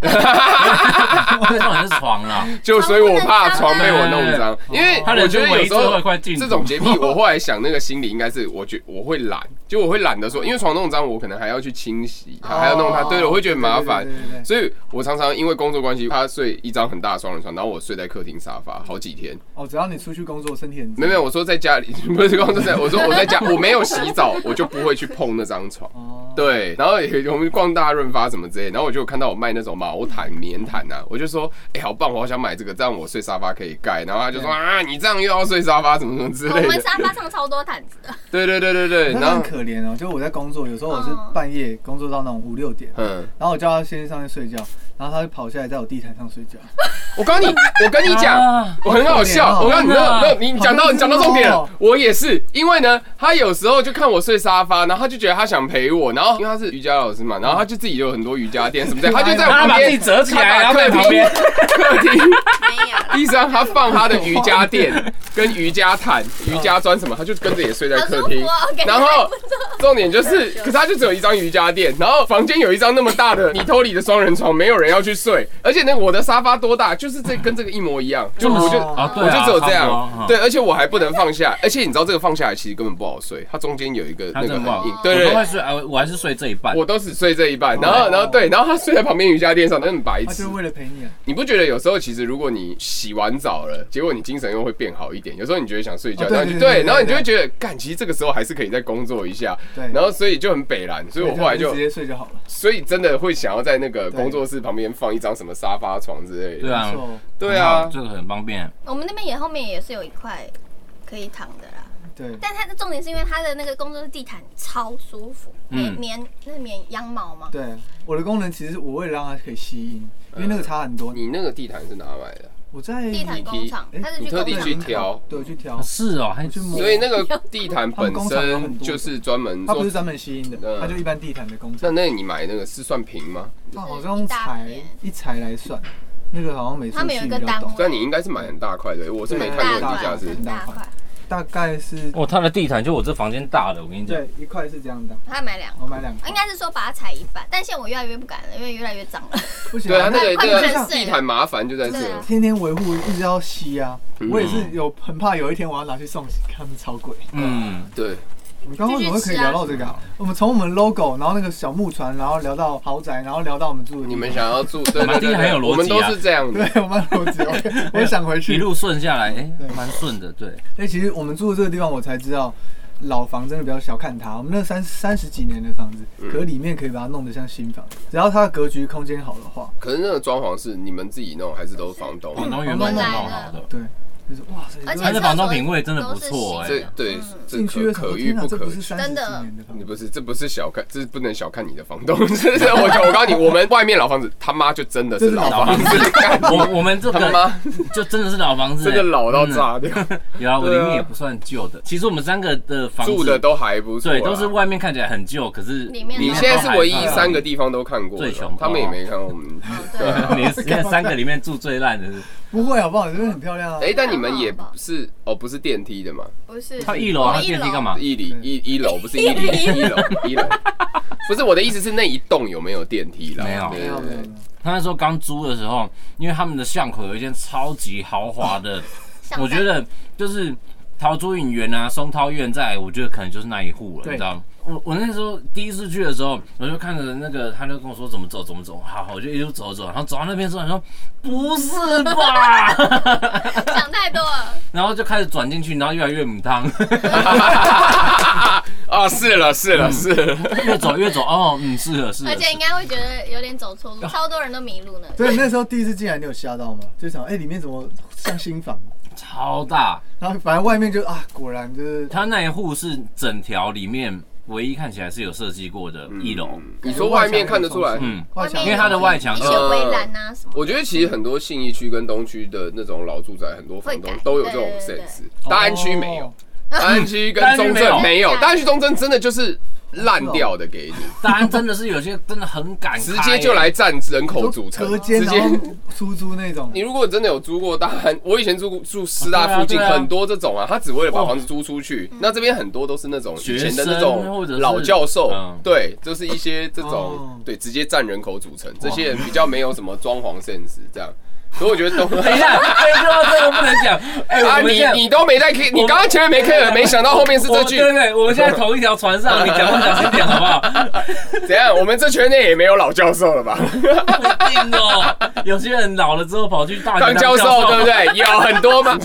[SPEAKER 1] 重点是床啊啦，
[SPEAKER 2] 就所以我怕床被我弄脏，
[SPEAKER 1] 对
[SPEAKER 2] 因为
[SPEAKER 1] 哦他的
[SPEAKER 2] 我觉得有时
[SPEAKER 1] 围着
[SPEAKER 2] 候
[SPEAKER 1] 会快进
[SPEAKER 2] 这种洁 癖，我后来想那个心理应该是，我觉我会懒，就我会懒得说，因为床弄脏，我可能还要去清洗它，还要弄它，对了，我会觉得麻烦
[SPEAKER 4] 对。对对对对
[SPEAKER 2] 所以我常常因为工作关系，他睡一张很大的双人床，然后我睡在客厅沙发好几天。
[SPEAKER 4] 哦，只要你出去工作，身体很
[SPEAKER 2] 没有 没有，我说在家里不是工作在，我说我在家我没有洗澡，我就不会去碰那张床。
[SPEAKER 4] 哦，
[SPEAKER 2] 对，然后也我们逛大润发什么之类，哦然后我就有看到我卖那种毛毯、棉毯啊，我就说，哎、好棒，我好想买这个，这样我睡沙发可以盖。然后他就说啊，你这样又要睡沙发，什么什么之
[SPEAKER 3] 我
[SPEAKER 2] 类
[SPEAKER 3] 们
[SPEAKER 2] 的。
[SPEAKER 3] 沙发上超多毯子 的，
[SPEAKER 2] 对对对对对，
[SPEAKER 4] 那
[SPEAKER 2] 然
[SPEAKER 4] 很
[SPEAKER 2] 后
[SPEAKER 4] 可怜哦，就我在工作，有时候我是
[SPEAKER 3] 哦
[SPEAKER 4] 半夜工作到那种五六点，
[SPEAKER 2] 嗯，
[SPEAKER 4] 然后我叫他先上去睡觉，然后他就跑下来在我地毯上睡 觉。
[SPEAKER 2] 我跟你，我跟你讲，
[SPEAKER 1] 啊
[SPEAKER 2] 我很好笑。
[SPEAKER 4] 好可怜哦
[SPEAKER 2] 我跟你没有没有，你
[SPEAKER 4] 好
[SPEAKER 2] 讲到
[SPEAKER 4] 可怜哦
[SPEAKER 2] 你讲到重点了。我也是，因为呢，他有时候就看我睡沙发，然后他就觉得他想陪我，然后因为他是瑜伽老师嘛，然后他就自己有很多瑜伽垫什么的，他就在 我
[SPEAKER 1] 他
[SPEAKER 2] 旁
[SPEAKER 1] 把自己
[SPEAKER 2] 边
[SPEAKER 1] 折起来，然
[SPEAKER 2] 他
[SPEAKER 1] 后
[SPEAKER 2] 把
[SPEAKER 1] 在
[SPEAKER 2] 客厅
[SPEAKER 1] 旁边。
[SPEAKER 2] 客厅
[SPEAKER 3] 没有啦。
[SPEAKER 2] 地上，他放他的瑜伽垫、跟瑜伽毯、瑜伽砖什么，他就跟着也睡在
[SPEAKER 3] 好
[SPEAKER 2] 客
[SPEAKER 3] 舒
[SPEAKER 2] 厅
[SPEAKER 3] 服。哦，感觉
[SPEAKER 2] 然
[SPEAKER 3] 还
[SPEAKER 2] 后
[SPEAKER 3] 不错
[SPEAKER 2] 重点就是，可是他就只有一张瑜伽垫，然后房间有一张那么大的你偷里的双人床，没有人要去睡，而且那个我的沙发多大，就是这跟这个一模一样，就我就
[SPEAKER 1] 哦对
[SPEAKER 2] 我
[SPEAKER 1] 啊
[SPEAKER 2] 就只
[SPEAKER 1] 差不
[SPEAKER 2] 有这
[SPEAKER 1] 多
[SPEAKER 2] 样
[SPEAKER 1] 嗯，
[SPEAKER 2] 对，而且我还不能放下，而且你知道这个放下来其实根本不好睡，它中间有一个
[SPEAKER 1] 他
[SPEAKER 2] 那
[SPEAKER 1] 真
[SPEAKER 2] 个
[SPEAKER 1] 的不好
[SPEAKER 2] 很硬，，对
[SPEAKER 1] 我
[SPEAKER 2] 对
[SPEAKER 1] 都会
[SPEAKER 2] 对。
[SPEAKER 1] 睡，啊我还是睡这一半。
[SPEAKER 2] 我都只睡这一半，然后，
[SPEAKER 4] 哦
[SPEAKER 2] 然后对，然后他睡在旁边瑜伽垫上，那很白
[SPEAKER 4] 他
[SPEAKER 2] 痴
[SPEAKER 4] 就是。为了陪你啊，
[SPEAKER 2] 你不觉得有时候其实如果你洗完澡了，结果你精神又会变好一点？有时候你觉得想睡觉，
[SPEAKER 4] 哦对
[SPEAKER 2] 然后你
[SPEAKER 4] 对对
[SPEAKER 2] 对，
[SPEAKER 4] 对
[SPEAKER 2] 然后你就
[SPEAKER 4] 对
[SPEAKER 2] 会觉得，干，其实这个时候还是可以再工作一下。
[SPEAKER 4] 对
[SPEAKER 2] 然后所以就很北蓝，所以我后来就
[SPEAKER 4] 直，接睡就好了。
[SPEAKER 2] 所以真的会想要在那个
[SPEAKER 4] 对
[SPEAKER 2] 工作室旁边放一张什么沙发床之类的。
[SPEAKER 1] 对啊
[SPEAKER 4] 没，错，
[SPEAKER 2] 对啊，
[SPEAKER 1] 这个很方便。
[SPEAKER 3] 我们那边也后面也是有一块可以躺的啦，
[SPEAKER 4] 对，
[SPEAKER 3] 但它的重点是因为它的那个工作室地毯超舒服，
[SPEAKER 1] 嗯
[SPEAKER 3] 棉棉那是棉羊毛嘛，
[SPEAKER 4] 对，我的功能其实我为了让它可以吸音，因为那个差很多。
[SPEAKER 2] 嗯你那个地毯是哪买的？
[SPEAKER 4] 我在
[SPEAKER 3] 地毯工厂
[SPEAKER 4] 你，
[SPEAKER 3] 它是
[SPEAKER 2] 你
[SPEAKER 3] 去
[SPEAKER 2] 特
[SPEAKER 3] 工
[SPEAKER 2] 地
[SPEAKER 3] 厂
[SPEAKER 2] 去挑，
[SPEAKER 4] 对，我去挑
[SPEAKER 1] 啊，是哦，还
[SPEAKER 4] 去摸
[SPEAKER 2] 所以那个地毯
[SPEAKER 4] 他
[SPEAKER 2] 本
[SPEAKER 4] 们工厂有很
[SPEAKER 2] 身
[SPEAKER 4] 多
[SPEAKER 2] 就是专门
[SPEAKER 4] 它不
[SPEAKER 2] 做
[SPEAKER 4] 是。专门吸音的，
[SPEAKER 2] 嗯
[SPEAKER 4] 它就一般地毯的工
[SPEAKER 2] 那
[SPEAKER 4] 厂。
[SPEAKER 2] 那你买那个是算平吗？
[SPEAKER 4] 它好像
[SPEAKER 3] 就
[SPEAKER 4] 才
[SPEAKER 3] 是一大片
[SPEAKER 4] 一才来算，那个好像美术
[SPEAKER 3] 他们有
[SPEAKER 4] 系
[SPEAKER 3] 一
[SPEAKER 4] 比
[SPEAKER 3] 个
[SPEAKER 4] 较
[SPEAKER 3] 单
[SPEAKER 4] 懂
[SPEAKER 3] 位，
[SPEAKER 2] 但你应该是买很大块的，我是没
[SPEAKER 3] 很
[SPEAKER 2] 看过
[SPEAKER 3] 大
[SPEAKER 2] 地下
[SPEAKER 3] 块，
[SPEAKER 2] 室。
[SPEAKER 3] 很大块，
[SPEAKER 4] 大概是
[SPEAKER 1] 哦，他的地毯就我这房间大的，我跟你讲。
[SPEAKER 4] 对一块是这样的，
[SPEAKER 3] 他买两个。
[SPEAKER 4] 我买两
[SPEAKER 3] 应
[SPEAKER 4] 个，
[SPEAKER 3] 该是说把它裁一半，但现在我越来越不敢了，因为越来越脏了。
[SPEAKER 4] 不行
[SPEAKER 2] 对啊，
[SPEAKER 4] 啊，
[SPEAKER 2] 那个
[SPEAKER 3] 快
[SPEAKER 2] 那
[SPEAKER 3] 变
[SPEAKER 2] 个
[SPEAKER 3] 成
[SPEAKER 2] 地
[SPEAKER 3] 碎了
[SPEAKER 2] 毯麻烦就在这
[SPEAKER 3] 对。啊
[SPEAKER 4] 天天维护，一直要吸啊。
[SPEAKER 2] 嗯
[SPEAKER 4] 我也是有很怕有一天我要拿去送，他们超贵。
[SPEAKER 1] 嗯，
[SPEAKER 2] 对，
[SPEAKER 4] 我们刚刚为什么会可以聊到这个啊？我们从我们 logo，然后那个小木船，然后聊到豪宅，然后聊到我们住的地
[SPEAKER 2] 你
[SPEAKER 4] 方
[SPEAKER 2] 们。想要住，对
[SPEAKER 1] 我们
[SPEAKER 2] 对
[SPEAKER 1] 一定
[SPEAKER 2] 对，
[SPEAKER 1] 很有逻辑啊
[SPEAKER 2] 我们都是这样的。
[SPEAKER 4] 对，我蛮 逻辑。我我想回
[SPEAKER 1] 一
[SPEAKER 4] 去。
[SPEAKER 1] 路顺下来，哎
[SPEAKER 4] 对，
[SPEAKER 1] 蛮顺的，对。
[SPEAKER 4] 哎，其实我们住的这个地方，我才知道老房真的不要小看它。我们那三三十几年的房子，
[SPEAKER 2] 嗯
[SPEAKER 4] 可是里面可以把它弄得像新房，只要它的格局空间好的话，
[SPEAKER 2] 可是那个装潢是你们自己弄还是都房东？
[SPEAKER 1] 广东原本就弄好的，
[SPEAKER 4] 对，就是哇塞，
[SPEAKER 3] 而且
[SPEAKER 1] 他的
[SPEAKER 3] 厕
[SPEAKER 4] 这个
[SPEAKER 1] 房东
[SPEAKER 3] 所
[SPEAKER 1] 品味真的不
[SPEAKER 3] 都是
[SPEAKER 1] 错哎
[SPEAKER 3] 新
[SPEAKER 2] 这
[SPEAKER 3] 的
[SPEAKER 2] 对
[SPEAKER 3] 嗯
[SPEAKER 2] 这
[SPEAKER 4] 啊进去的
[SPEAKER 2] 可
[SPEAKER 4] 时候，
[SPEAKER 2] 可遇
[SPEAKER 4] 天哪，
[SPEAKER 2] 不
[SPEAKER 4] 这
[SPEAKER 2] 可
[SPEAKER 4] 不是。三十
[SPEAKER 3] 真
[SPEAKER 4] 几
[SPEAKER 3] 的
[SPEAKER 4] 年的房
[SPEAKER 2] 你
[SPEAKER 4] 子，
[SPEAKER 2] 不是，这不是小看，这不能小看你的房东。 这是我我告诉你，我们外面老房子他妈就真的是老房子，干
[SPEAKER 1] 我我们这
[SPEAKER 2] 他
[SPEAKER 1] 个
[SPEAKER 2] 妈
[SPEAKER 1] 就真的是老房子，
[SPEAKER 2] 真的老到炸掉，
[SPEAKER 1] 哎。有啊，我
[SPEAKER 2] 对
[SPEAKER 1] 里
[SPEAKER 2] 啊
[SPEAKER 1] 面也不算旧的。其实我们三个的房子
[SPEAKER 2] 住的都还不错啦。啊
[SPEAKER 1] 对，都是外面看起来很旧，可是
[SPEAKER 3] 里面
[SPEAKER 2] 你
[SPEAKER 1] 都
[SPEAKER 2] 现在是
[SPEAKER 1] 还
[SPEAKER 2] 唯一
[SPEAKER 1] 在啊
[SPEAKER 2] 三个地方都看过的
[SPEAKER 1] 最穷
[SPEAKER 2] 他们也没看过我们。
[SPEAKER 3] 哦对 啊，
[SPEAKER 1] 你是看三个里面住最烂的是，
[SPEAKER 4] 不会好不好？这边很漂亮啊。
[SPEAKER 2] 哎，但你们也不是哦，不是电梯的嘛？
[SPEAKER 3] 不是
[SPEAKER 1] 他一楼啊，
[SPEAKER 3] 我
[SPEAKER 1] 他
[SPEAKER 3] 们一
[SPEAKER 1] 电
[SPEAKER 3] 楼
[SPEAKER 1] 梯干嘛？
[SPEAKER 2] 一里一一楼不是一里一楼一楼，不是我的意思是那一栋有没有电梯啦？
[SPEAKER 1] 没有
[SPEAKER 2] 对
[SPEAKER 4] 没
[SPEAKER 2] 对
[SPEAKER 4] 有
[SPEAKER 2] 对
[SPEAKER 4] 没有没
[SPEAKER 2] 对
[SPEAKER 4] 有，
[SPEAKER 1] 他那时候刚租的时候，因为他们的巷口有一间超级豪华的，
[SPEAKER 3] 巷战
[SPEAKER 1] 我觉得就是陶朱影园啊、松涛苑在，我觉得可能就是那一户了，
[SPEAKER 4] 对
[SPEAKER 1] 你知道吗？我我那时候第一次去的时候，我就看着那个，他就跟我说怎么走怎么走，好，我就一路走走，然后走到那边之后，他说不是吧，
[SPEAKER 3] 想太多了，
[SPEAKER 1] 然后就开始转进去，然后越来越母汤，
[SPEAKER 2] 啊，是了是
[SPEAKER 1] 嗯
[SPEAKER 2] 了是了，
[SPEAKER 1] 越走越走，哦，嗯，是的，是哦的，
[SPEAKER 3] 而且
[SPEAKER 1] 是
[SPEAKER 3] 应
[SPEAKER 1] 的
[SPEAKER 3] 该会觉得有点走错路，超多人都迷路呢。
[SPEAKER 4] 对，那时候第一次进来，你有吓到吗？就想，哎、里面怎么像新房？
[SPEAKER 1] 超大，
[SPEAKER 4] 然后反正外面就啊，果然就是
[SPEAKER 1] 他那一户是整条里面唯一看起来是有设计过的
[SPEAKER 2] 嗯
[SPEAKER 1] 一楼，
[SPEAKER 2] 你说外面看得出来？
[SPEAKER 1] 嗯，
[SPEAKER 3] 外
[SPEAKER 4] 外
[SPEAKER 3] 面
[SPEAKER 4] 墙，
[SPEAKER 1] 因为它的外墙呃
[SPEAKER 3] 一
[SPEAKER 1] 就
[SPEAKER 3] 些围栏啊什么的。
[SPEAKER 2] 我觉得其实很多信义区跟东区的那种老住宅，很多房东都有这种
[SPEAKER 3] 会改对对对
[SPEAKER 2] sense，大安区没
[SPEAKER 4] 哦
[SPEAKER 2] 有，大安区跟中
[SPEAKER 1] 哦大安
[SPEAKER 2] 正
[SPEAKER 1] 区没有
[SPEAKER 2] 没有，大安区中正真的就是烂掉的给你，
[SPEAKER 1] 答案真的是有些真的很敢开
[SPEAKER 2] 直接就来占人口组成，啊
[SPEAKER 1] 啊
[SPEAKER 4] 隔间
[SPEAKER 2] 直接。
[SPEAKER 4] 然后出租那 种
[SPEAKER 2] 你。如果真的有租过大安，我以前住过住师大附近
[SPEAKER 1] 对啊对啊
[SPEAKER 2] 很多这种啊，他只为了把房子租出去。那这边很多都是那种以前的那
[SPEAKER 1] 学生或者
[SPEAKER 2] 种
[SPEAKER 1] 是
[SPEAKER 2] 老教授
[SPEAKER 1] 嗯，
[SPEAKER 2] 对，就是一些这种
[SPEAKER 4] 哦
[SPEAKER 2] 对直接占人口组成，这些人比较没有什么装潢 sense 这样，所以我觉得都。
[SPEAKER 1] 等一下，哎，这个这个不能讲。哎，
[SPEAKER 2] 啊，
[SPEAKER 1] 我们
[SPEAKER 2] 你
[SPEAKER 1] 现在
[SPEAKER 2] 你都没在 care，你刚刚前面没 care，没想到后面是这句
[SPEAKER 1] 我。对对，我们现在同一条船上，你讲话小心点好不好？
[SPEAKER 2] 怎样？我们这圈内也没有老教授了吧？
[SPEAKER 1] 不 一定哦，有些人老了之后跑去大学
[SPEAKER 2] 当
[SPEAKER 1] 教
[SPEAKER 2] 教授对不
[SPEAKER 1] 对？
[SPEAKER 2] 对？有很多嘛。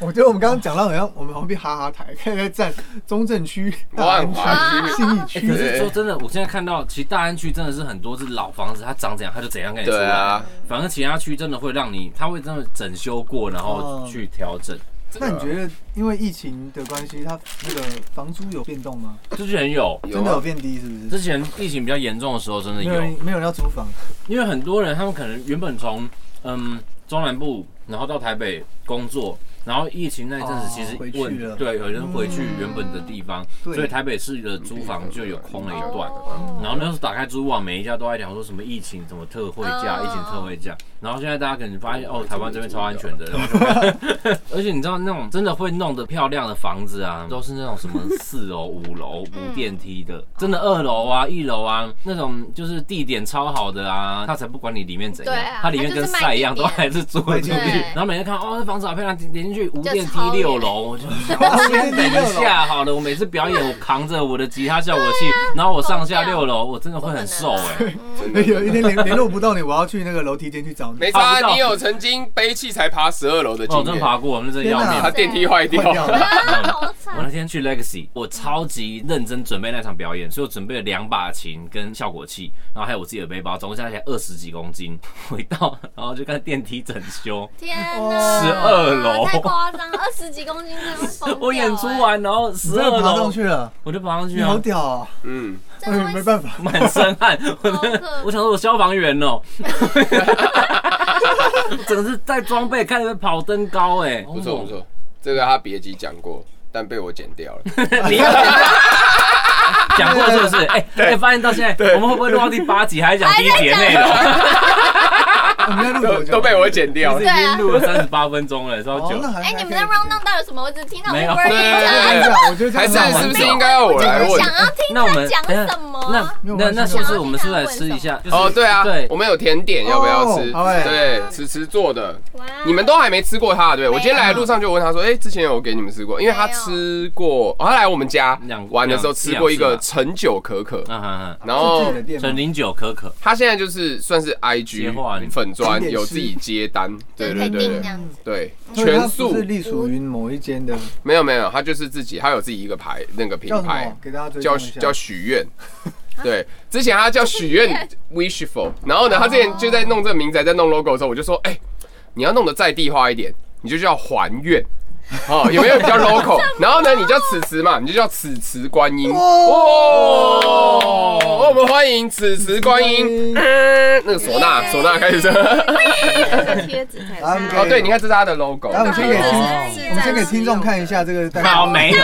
[SPEAKER 4] 我觉得我们刚刚讲到好像我们旁边哈哈台， 现在站中正 区、大
[SPEAKER 2] 万
[SPEAKER 4] 安
[SPEAKER 2] 华
[SPEAKER 4] 区、
[SPEAKER 2] 区
[SPEAKER 4] 信义
[SPEAKER 1] 欸可
[SPEAKER 4] 区，
[SPEAKER 1] 是说真的，我现在看到，其实大安区真的是很多是老房子，它长怎样它就怎样跟你说。
[SPEAKER 2] 对啊，
[SPEAKER 1] 反而其他区真的会让你，它会真的整修过，然后去调整，
[SPEAKER 4] 那你
[SPEAKER 2] 啊
[SPEAKER 4] 觉得因为疫情的关系，它那个房租有变动吗？
[SPEAKER 1] 之前有，
[SPEAKER 2] 有
[SPEAKER 4] 真的有
[SPEAKER 2] 啊
[SPEAKER 4] 变低是不
[SPEAKER 1] 之
[SPEAKER 4] 是？
[SPEAKER 1] 前疫情比较严重的时候真的
[SPEAKER 4] 没有人
[SPEAKER 1] 有，
[SPEAKER 4] 没有人要租房，
[SPEAKER 1] 因为很多人他们可能原本从嗯中南部，然后到台北工作。然后疫情那一阵子，
[SPEAKER 4] 哦
[SPEAKER 1] 其实
[SPEAKER 4] 回去
[SPEAKER 1] 问、
[SPEAKER 4] 了嗯
[SPEAKER 1] 对有人回去原本的地方，
[SPEAKER 4] 对
[SPEAKER 1] 所以台北市的租房就有空了一段。嗯
[SPEAKER 3] 哦
[SPEAKER 1] 然后那时候打开租网，每一家都在讲说什么疫情什么特惠价，
[SPEAKER 3] 嗯
[SPEAKER 1] 疫情特惠价。然后现在大家可能发现，哦，台湾这边超安全的。然后就而且你知道那种真的会弄得漂亮的房子啊，都是那种什么四楼、五楼无电梯的，真的二楼啊、一楼啊那种就是地点超好的啊，他才不管你里面怎样
[SPEAKER 3] 对啊，
[SPEAKER 1] 他里面跟晒一样都
[SPEAKER 3] 它就是卖
[SPEAKER 1] 还是租了出
[SPEAKER 4] 卖
[SPEAKER 3] 地
[SPEAKER 1] 去
[SPEAKER 3] 点。
[SPEAKER 1] 然后每天看，哦，这房子好漂亮，连续无电梯
[SPEAKER 3] 就超远
[SPEAKER 1] 六楼， 我就想
[SPEAKER 4] 哦
[SPEAKER 1] 先等一下好了，我每次表演我扛着我的吉他效果 器，然后我上下六楼，我真的会很瘦哎、
[SPEAKER 2] 真的
[SPEAKER 4] 哦有一天联联络不到你，我要去那个楼梯间去找你，
[SPEAKER 2] 没
[SPEAKER 1] 爬
[SPEAKER 2] 差
[SPEAKER 1] 啊不，到
[SPEAKER 2] 你有曾经背器材爬十二楼的
[SPEAKER 1] 哦，我
[SPEAKER 2] 经
[SPEAKER 1] 真
[SPEAKER 2] 验，
[SPEAKER 1] 爬过，那真的要
[SPEAKER 4] 天
[SPEAKER 1] 命
[SPEAKER 4] 哪
[SPEAKER 2] 他。电梯坏掉
[SPEAKER 4] 坏掉了。
[SPEAKER 3] 啊，好惨
[SPEAKER 1] 嗯我那天去 Legacy，我超级认真准备那场表演，所以我准备了两把琴跟效果器，然后还有我自己的背包，总共加起来二十几公斤。回到，然后就看电梯整 修，
[SPEAKER 3] 天
[SPEAKER 4] 哦
[SPEAKER 3] 哪，
[SPEAKER 1] 12楼
[SPEAKER 3] 太夸张，二十几公斤真的会疯 掉
[SPEAKER 1] 我演出
[SPEAKER 3] 欸，
[SPEAKER 1] 完，然后
[SPEAKER 4] 啊 你
[SPEAKER 1] 十
[SPEAKER 4] 真
[SPEAKER 1] 二
[SPEAKER 4] 的爬
[SPEAKER 1] 楼
[SPEAKER 4] 上去了，
[SPEAKER 1] 我就爬上去
[SPEAKER 4] 你
[SPEAKER 1] 啊，
[SPEAKER 4] 好屌啊！
[SPEAKER 2] 嗯，
[SPEAKER 3] 真的
[SPEAKER 4] 哎，
[SPEAKER 3] 会
[SPEAKER 4] 没办法，
[SPEAKER 1] 满身汗，我真
[SPEAKER 3] 好
[SPEAKER 1] 的
[SPEAKER 3] 可
[SPEAKER 1] 我想说我消防员 哦、 整个是带装备开始跑登高哎、
[SPEAKER 2] 不错不错，这个他别集讲过，但被我剪 掉了。
[SPEAKER 1] 你 要讲过是不是？哎、哎，发现到现在我们会不会录到第八集还讲第一节内容？
[SPEAKER 4] 我们在录多
[SPEAKER 2] 都
[SPEAKER 4] 久？
[SPEAKER 2] 都被我剪掉
[SPEAKER 1] 已
[SPEAKER 2] 了。
[SPEAKER 3] 对啊
[SPEAKER 1] 经录了三十八分钟了，超
[SPEAKER 4] 哦
[SPEAKER 1] 久。
[SPEAKER 4] 那还
[SPEAKER 3] 哎，
[SPEAKER 4] 还
[SPEAKER 3] 你们
[SPEAKER 4] 可以
[SPEAKER 3] 的 round down 到底有什么？我只听到
[SPEAKER 1] 没有
[SPEAKER 3] Uber
[SPEAKER 2] 对对
[SPEAKER 3] Eats
[SPEAKER 2] 对
[SPEAKER 3] 啊
[SPEAKER 2] 对
[SPEAKER 4] 对啊，我觉得这
[SPEAKER 2] 还
[SPEAKER 4] 样
[SPEAKER 2] 是
[SPEAKER 4] 蛮好
[SPEAKER 2] 是不是
[SPEAKER 4] 玩的
[SPEAKER 2] 应该要我来问？
[SPEAKER 3] 想要听
[SPEAKER 1] 那我们
[SPEAKER 3] 他讲
[SPEAKER 1] 等一下
[SPEAKER 3] 什么？
[SPEAKER 1] 那
[SPEAKER 4] 没有
[SPEAKER 1] 那
[SPEAKER 4] 关
[SPEAKER 1] 那是
[SPEAKER 4] 系
[SPEAKER 1] 不是我们是不是来吃一下？就是
[SPEAKER 2] 哦，对啊
[SPEAKER 1] 对，
[SPEAKER 2] 我们有甜点，要不要吃？
[SPEAKER 4] 哦好欸
[SPEAKER 2] 对，迟迟做的，
[SPEAKER 3] 哇
[SPEAKER 2] 你们都还没吃过它，对不对
[SPEAKER 3] 没有
[SPEAKER 2] 我今天来的路上就问他说，哎，之前有给你们吃过，因为他
[SPEAKER 3] 没有
[SPEAKER 2] 吃过，哦他来我们家
[SPEAKER 1] 两
[SPEAKER 2] 玩的时候
[SPEAKER 1] 两
[SPEAKER 2] 吃过一
[SPEAKER 1] 一
[SPEAKER 2] 个
[SPEAKER 1] 两
[SPEAKER 2] 陈酒可可，
[SPEAKER 1] 嗯哼
[SPEAKER 2] 然
[SPEAKER 4] 是
[SPEAKER 2] 后
[SPEAKER 4] 自己的
[SPEAKER 1] 哼，
[SPEAKER 4] 店
[SPEAKER 1] 陈
[SPEAKER 4] 吗？
[SPEAKER 1] 零九可可，
[SPEAKER 2] 他现在就是算是
[SPEAKER 1] 接话
[SPEAKER 2] IG 粉砖
[SPEAKER 4] 经典
[SPEAKER 2] 有
[SPEAKER 4] 吃
[SPEAKER 2] 自己接单，对
[SPEAKER 3] 就
[SPEAKER 2] 对
[SPEAKER 3] 是可以
[SPEAKER 2] 对
[SPEAKER 3] 订这样子，
[SPEAKER 2] 对，
[SPEAKER 4] 所以它
[SPEAKER 2] 全
[SPEAKER 4] 不
[SPEAKER 2] 素
[SPEAKER 4] 是隶属于某一间的，
[SPEAKER 2] 没有没有，他就是自己，他有自己一个牌那个品
[SPEAKER 4] 叫什
[SPEAKER 2] 牌
[SPEAKER 4] 么？，给大家追
[SPEAKER 2] 叫
[SPEAKER 4] 踪一下。啊
[SPEAKER 2] 叫许愿。对，之前他叫许愿 wishful，然后呢，他之前就在弄这个名字，还在弄 logo 的时候，我就说，哎、你要弄得再地化一点，你就叫还愿。哦，有没有比 较 local？然后呢，你叫此词嘛，你就叫此词观音。哦，我们欢迎此词观音。嗯那个唢呐，唢呐开始 唱。
[SPEAKER 3] 这个贴纸才
[SPEAKER 4] 来我们
[SPEAKER 3] 是
[SPEAKER 4] 可以
[SPEAKER 2] 哦，对，你看这是他的 logo。
[SPEAKER 4] 来，我们先给听，
[SPEAKER 1] 哦
[SPEAKER 4] 我们先给听众看一下这个代表。
[SPEAKER 1] 好没有，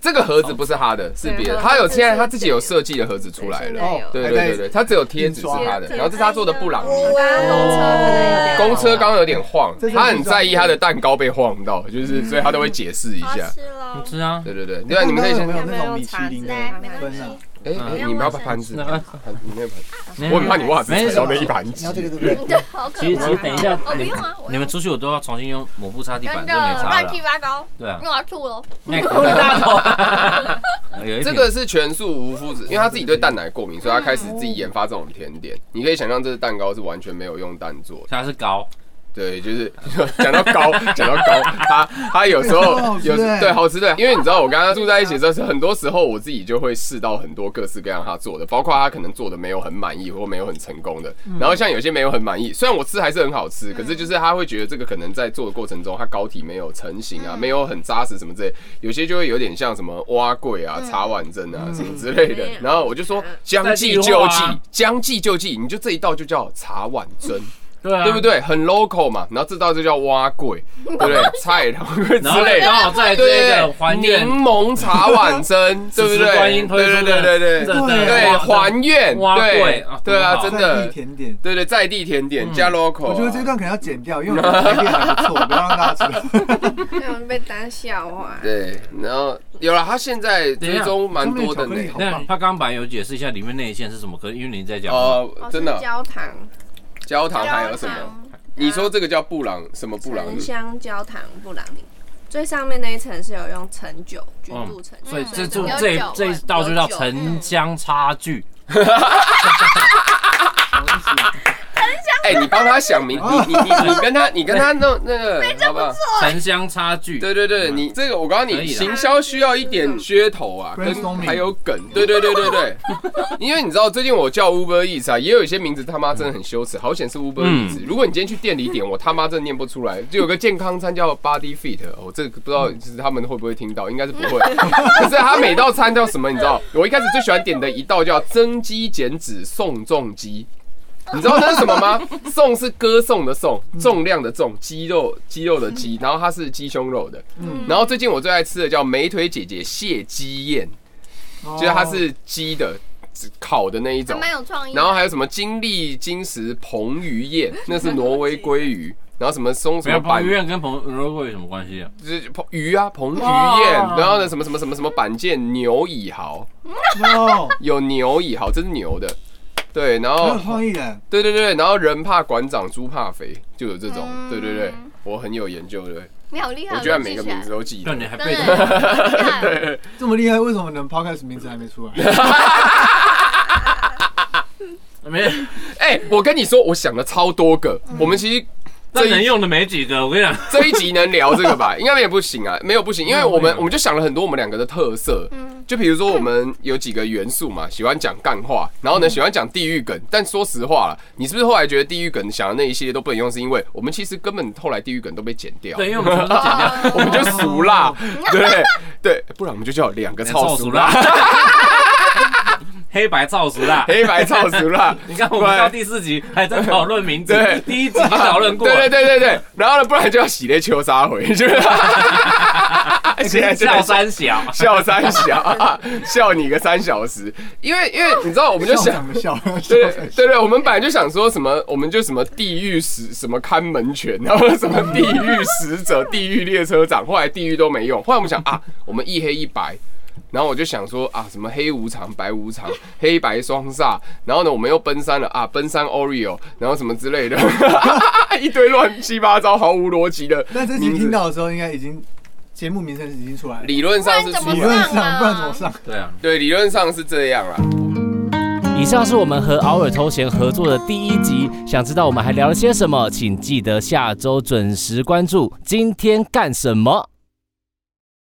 [SPEAKER 2] 这个盒子不是他的，是别的。他有现在哦他自己有设计的盒子出来了。
[SPEAKER 4] 哦，
[SPEAKER 2] 对
[SPEAKER 4] 还在
[SPEAKER 2] 对对对，他只有贴纸是他的，然后这是他做的布朗尼。
[SPEAKER 3] 搭公
[SPEAKER 2] 公车
[SPEAKER 3] 车可能有点
[SPEAKER 2] 刚刚有点晃
[SPEAKER 4] 这，是
[SPEAKER 2] 他很在意他的蛋糕被晃到，就是所以他都会解释一
[SPEAKER 3] 好
[SPEAKER 2] 下。
[SPEAKER 3] 吃喽，
[SPEAKER 1] 是啊，
[SPEAKER 2] 对对对，对啊，你们可以
[SPEAKER 4] 有
[SPEAKER 2] 先
[SPEAKER 4] 没，有那种米其林的
[SPEAKER 3] 来没关
[SPEAKER 4] 分
[SPEAKER 3] 系
[SPEAKER 4] 啊？
[SPEAKER 2] 哎哎，你们要把盘子，
[SPEAKER 1] 那个
[SPEAKER 2] 盘你那个盘，
[SPEAKER 1] 那
[SPEAKER 2] 我很怕你袜子
[SPEAKER 1] 没
[SPEAKER 2] 踩
[SPEAKER 1] 事
[SPEAKER 2] 到那一盘
[SPEAKER 4] 你要这
[SPEAKER 2] 子。
[SPEAKER 4] 个对不对？
[SPEAKER 3] 对，好可怕。
[SPEAKER 1] 其实其实等一下
[SPEAKER 3] 哦，不
[SPEAKER 1] 你
[SPEAKER 3] 用啊，我
[SPEAKER 1] 你们出去我都要重新用抹布擦地板，
[SPEAKER 3] 真
[SPEAKER 1] 就
[SPEAKER 3] 的
[SPEAKER 1] 没擦
[SPEAKER 3] 乱
[SPEAKER 1] 了
[SPEAKER 3] 七。八糟，
[SPEAKER 1] 对啊
[SPEAKER 3] 我，要吐了。
[SPEAKER 1] 那个大头， 有一
[SPEAKER 2] 这
[SPEAKER 1] 点
[SPEAKER 2] 个是全素无麸质，因为他自己对蛋奶过敏，所以他开始自己研发这种甜点。你可以想象，这个蛋糕是完全没有用蛋做的。
[SPEAKER 1] 它是高，
[SPEAKER 2] 对，就是 讲到高，讲到高，他他有时候
[SPEAKER 4] 欸好吃
[SPEAKER 2] 有时
[SPEAKER 4] 欸
[SPEAKER 2] 对好吃对，因为你知道我跟他住在一起的时候，是很多时候我自己就会试到很多各式各样他做的，包括他可能做的没有很满意或没有很成功的，然后像有些没有很满意，虽然我吃还是很好吃，可是就是他会觉得这个可能在做的过程中，他膏体没有成型啊，没有很扎实什么之类，有些就会有点像什么蛙柜啊、茶碗蒸啊什么之类的，然后我就说将计就
[SPEAKER 1] 在
[SPEAKER 2] 计
[SPEAKER 1] 计划啊，
[SPEAKER 2] 将计就计，你就这一道就叫茶碗蒸。
[SPEAKER 1] 对啊，
[SPEAKER 2] 对不？对？很 local 嘛，然后这道就叫蛙 桂，对不对？菜头桂之
[SPEAKER 1] 然后
[SPEAKER 2] 类
[SPEAKER 1] 刚
[SPEAKER 2] 的，
[SPEAKER 1] 好在这
[SPEAKER 2] 对
[SPEAKER 1] 个还愿
[SPEAKER 2] 柠檬茶 碗蒸，对不
[SPEAKER 1] 此时观音
[SPEAKER 2] 对？
[SPEAKER 1] 推出
[SPEAKER 2] 对
[SPEAKER 1] 的
[SPEAKER 2] 对对对
[SPEAKER 1] 这
[SPEAKER 2] 对，
[SPEAKER 1] 这
[SPEAKER 2] 对还愿，
[SPEAKER 1] 蛙桂
[SPEAKER 2] 对
[SPEAKER 1] 啊
[SPEAKER 2] 对啊，
[SPEAKER 1] 多好嗯
[SPEAKER 2] 真
[SPEAKER 4] 在
[SPEAKER 2] 的
[SPEAKER 4] 地，甜点。
[SPEAKER 2] 对对在地甜点加 local，
[SPEAKER 4] 我觉得这段可能要剪掉，因为我觉得甜点还不错，不要让大家知道。
[SPEAKER 7] 那种被啊当笑话。
[SPEAKER 2] 对，然后有了，他现在追踪蛮多的
[SPEAKER 4] 上面有巧克力
[SPEAKER 2] 呢
[SPEAKER 4] 好。
[SPEAKER 1] 那他刚刚本来有解释一下里面内馅是什么，可是因为你在讲，
[SPEAKER 2] 哦，真
[SPEAKER 7] 哦
[SPEAKER 2] 的
[SPEAKER 7] 是，焦糖，
[SPEAKER 2] 焦糖还有
[SPEAKER 3] 焦
[SPEAKER 2] 什么？
[SPEAKER 3] 糖，
[SPEAKER 2] 你说这个叫布朗什么布朗
[SPEAKER 7] 橙香焦糖布朗尼，最上面那一层是有用橙酒菌
[SPEAKER 1] 嗯
[SPEAKER 7] 度橙酒，
[SPEAKER 1] 所以这就
[SPEAKER 3] 有酒
[SPEAKER 1] 这
[SPEAKER 3] 味
[SPEAKER 1] 这一道就叫
[SPEAKER 7] 嗯有酒
[SPEAKER 1] 城乡差距。
[SPEAKER 3] 香
[SPEAKER 2] 哎，你帮他想明，你你你你跟他，你跟他弄 那个，好不好？
[SPEAKER 1] 城乡差距，
[SPEAKER 2] 对对对，你嗯这个我告诉
[SPEAKER 1] 可
[SPEAKER 2] 你，
[SPEAKER 1] 以啦
[SPEAKER 2] 行销需要一点噱头啊，跟
[SPEAKER 4] Brainstorming
[SPEAKER 2] 还有梗，对对对对对， 因为你知道最近我叫 Uber Eats 啊，也有一些名字他妈真的很羞耻，好显是 Uber
[SPEAKER 1] 嗯
[SPEAKER 2] Eats。如果你今天去店里点，我他妈真的念不出来。就有个健康餐叫 Body Fit，我、哦、这个不知道就是他们会不会听到，应该是不会。可是他每道餐叫什么，你知道？我一开始最喜欢点的一道叫增肌减脂宋仲基。你知道那是什么吗？颂是歌颂的颂，重量的重，肌肉肌肉的肌，然后它是鸡胸肉的。然后最近我最爱吃的叫美腿姐姐蟹鸡宴，就是它
[SPEAKER 1] 哦
[SPEAKER 2] 是鸡的烤的那一
[SPEAKER 3] 还
[SPEAKER 2] 种。
[SPEAKER 3] 蛮有创意的。
[SPEAKER 2] 然后还有什么金利金石彭于晏，那是挪威鲑鱼。然后什么松什
[SPEAKER 1] 没
[SPEAKER 2] 么
[SPEAKER 1] 有彭
[SPEAKER 2] 板
[SPEAKER 1] 于晏跟彭如果有什么关系啊？
[SPEAKER 2] 就是彭鱼啊，彭于晏。然后呢，什么什么什么什么板腱牛以豪，
[SPEAKER 4] 哦，
[SPEAKER 2] 有牛以豪，这是牛的。对，然后
[SPEAKER 4] 很有 创意的，
[SPEAKER 2] 对对对，然后人怕馆长，猪怕肥，就有这种，
[SPEAKER 3] 嗯
[SPEAKER 2] 对对对，我很有研究的，
[SPEAKER 3] 你好厉害，
[SPEAKER 2] 我居然每个名字都记
[SPEAKER 1] 对，
[SPEAKER 2] 得
[SPEAKER 1] 你。还背
[SPEAKER 3] 真
[SPEAKER 1] 得
[SPEAKER 3] 的
[SPEAKER 1] 好
[SPEAKER 3] 很厉害，哦
[SPEAKER 4] 这么厉害，为什么能 podcast 名字还没出来？
[SPEAKER 1] 没？
[SPEAKER 2] 哎、我跟你说，我想了超多个，
[SPEAKER 3] 嗯
[SPEAKER 2] 我们其实
[SPEAKER 1] 那
[SPEAKER 2] 这
[SPEAKER 1] 能
[SPEAKER 2] 一
[SPEAKER 1] 用的没几个，我跟你 讲，
[SPEAKER 2] 这一集能聊这个 吧？应该也不行啊，没有不行，因为我
[SPEAKER 1] 没
[SPEAKER 2] 们
[SPEAKER 1] 有嗯
[SPEAKER 2] 我们就想了很多我们两个的特色，就比如说我们有几个元素嘛，喜欢讲干话，然后
[SPEAKER 1] 嗯
[SPEAKER 2] 呢喜欢讲地狱梗，但说实话了，你是不是后来觉得地狱梗想的那一些都不能用，是因为我们其实根本后来地狱梗都被剪掉，
[SPEAKER 1] 对，因为我们全部都剪掉，
[SPEAKER 2] 我们就俗 辣，对对，不然我们就叫两个 超俗辣，
[SPEAKER 1] 黑哎白照俗啦。
[SPEAKER 2] 黑白超俗辣。
[SPEAKER 1] 你看，我们到第四集还 在讨论名字
[SPEAKER 2] 对，
[SPEAKER 1] 第一集就讨论过，
[SPEAKER 2] 对对对对对，然后呢，不然就要洗泪秋沙回，就是 哎现在真的
[SPEAKER 1] 笑三小，
[SPEAKER 2] 笑三小，笑你个三小时，因为因为你知 道，我们就
[SPEAKER 4] 校
[SPEAKER 2] 想
[SPEAKER 4] 长。的笑，
[SPEAKER 2] 对对对对，我们本来就想说什么，我们就什么地狱使什么看门犬，然后什么地狱使者、地狱列车长，后来地狱都没用。后来我们想啊，我们一黑一白，然后我就想说啊，什么黑无常、白无常、黑白双煞，然后呢，我们又奔三了啊，奔三 Oreo，然后什么之类的， 一堆乱七八糟、毫无逻辑的。
[SPEAKER 4] 那这期听到的时候，应该已经节目名称已经出来了，
[SPEAKER 2] 理论上是
[SPEAKER 3] 不然怎么
[SPEAKER 2] 出
[SPEAKER 4] 理
[SPEAKER 3] 理
[SPEAKER 4] 论
[SPEAKER 2] 来，
[SPEAKER 3] 论
[SPEAKER 4] 上
[SPEAKER 3] 上
[SPEAKER 4] 不
[SPEAKER 3] 不然
[SPEAKER 4] 然怎
[SPEAKER 3] 怎
[SPEAKER 4] 么
[SPEAKER 3] 么
[SPEAKER 4] 上？
[SPEAKER 1] 对啊，
[SPEAKER 2] 对，理论上是这样啦。
[SPEAKER 6] 以上是我们和敖尔头衔合作的第一集，想知道我们还聊了些什么，请记得下周准时关注。今天干什么？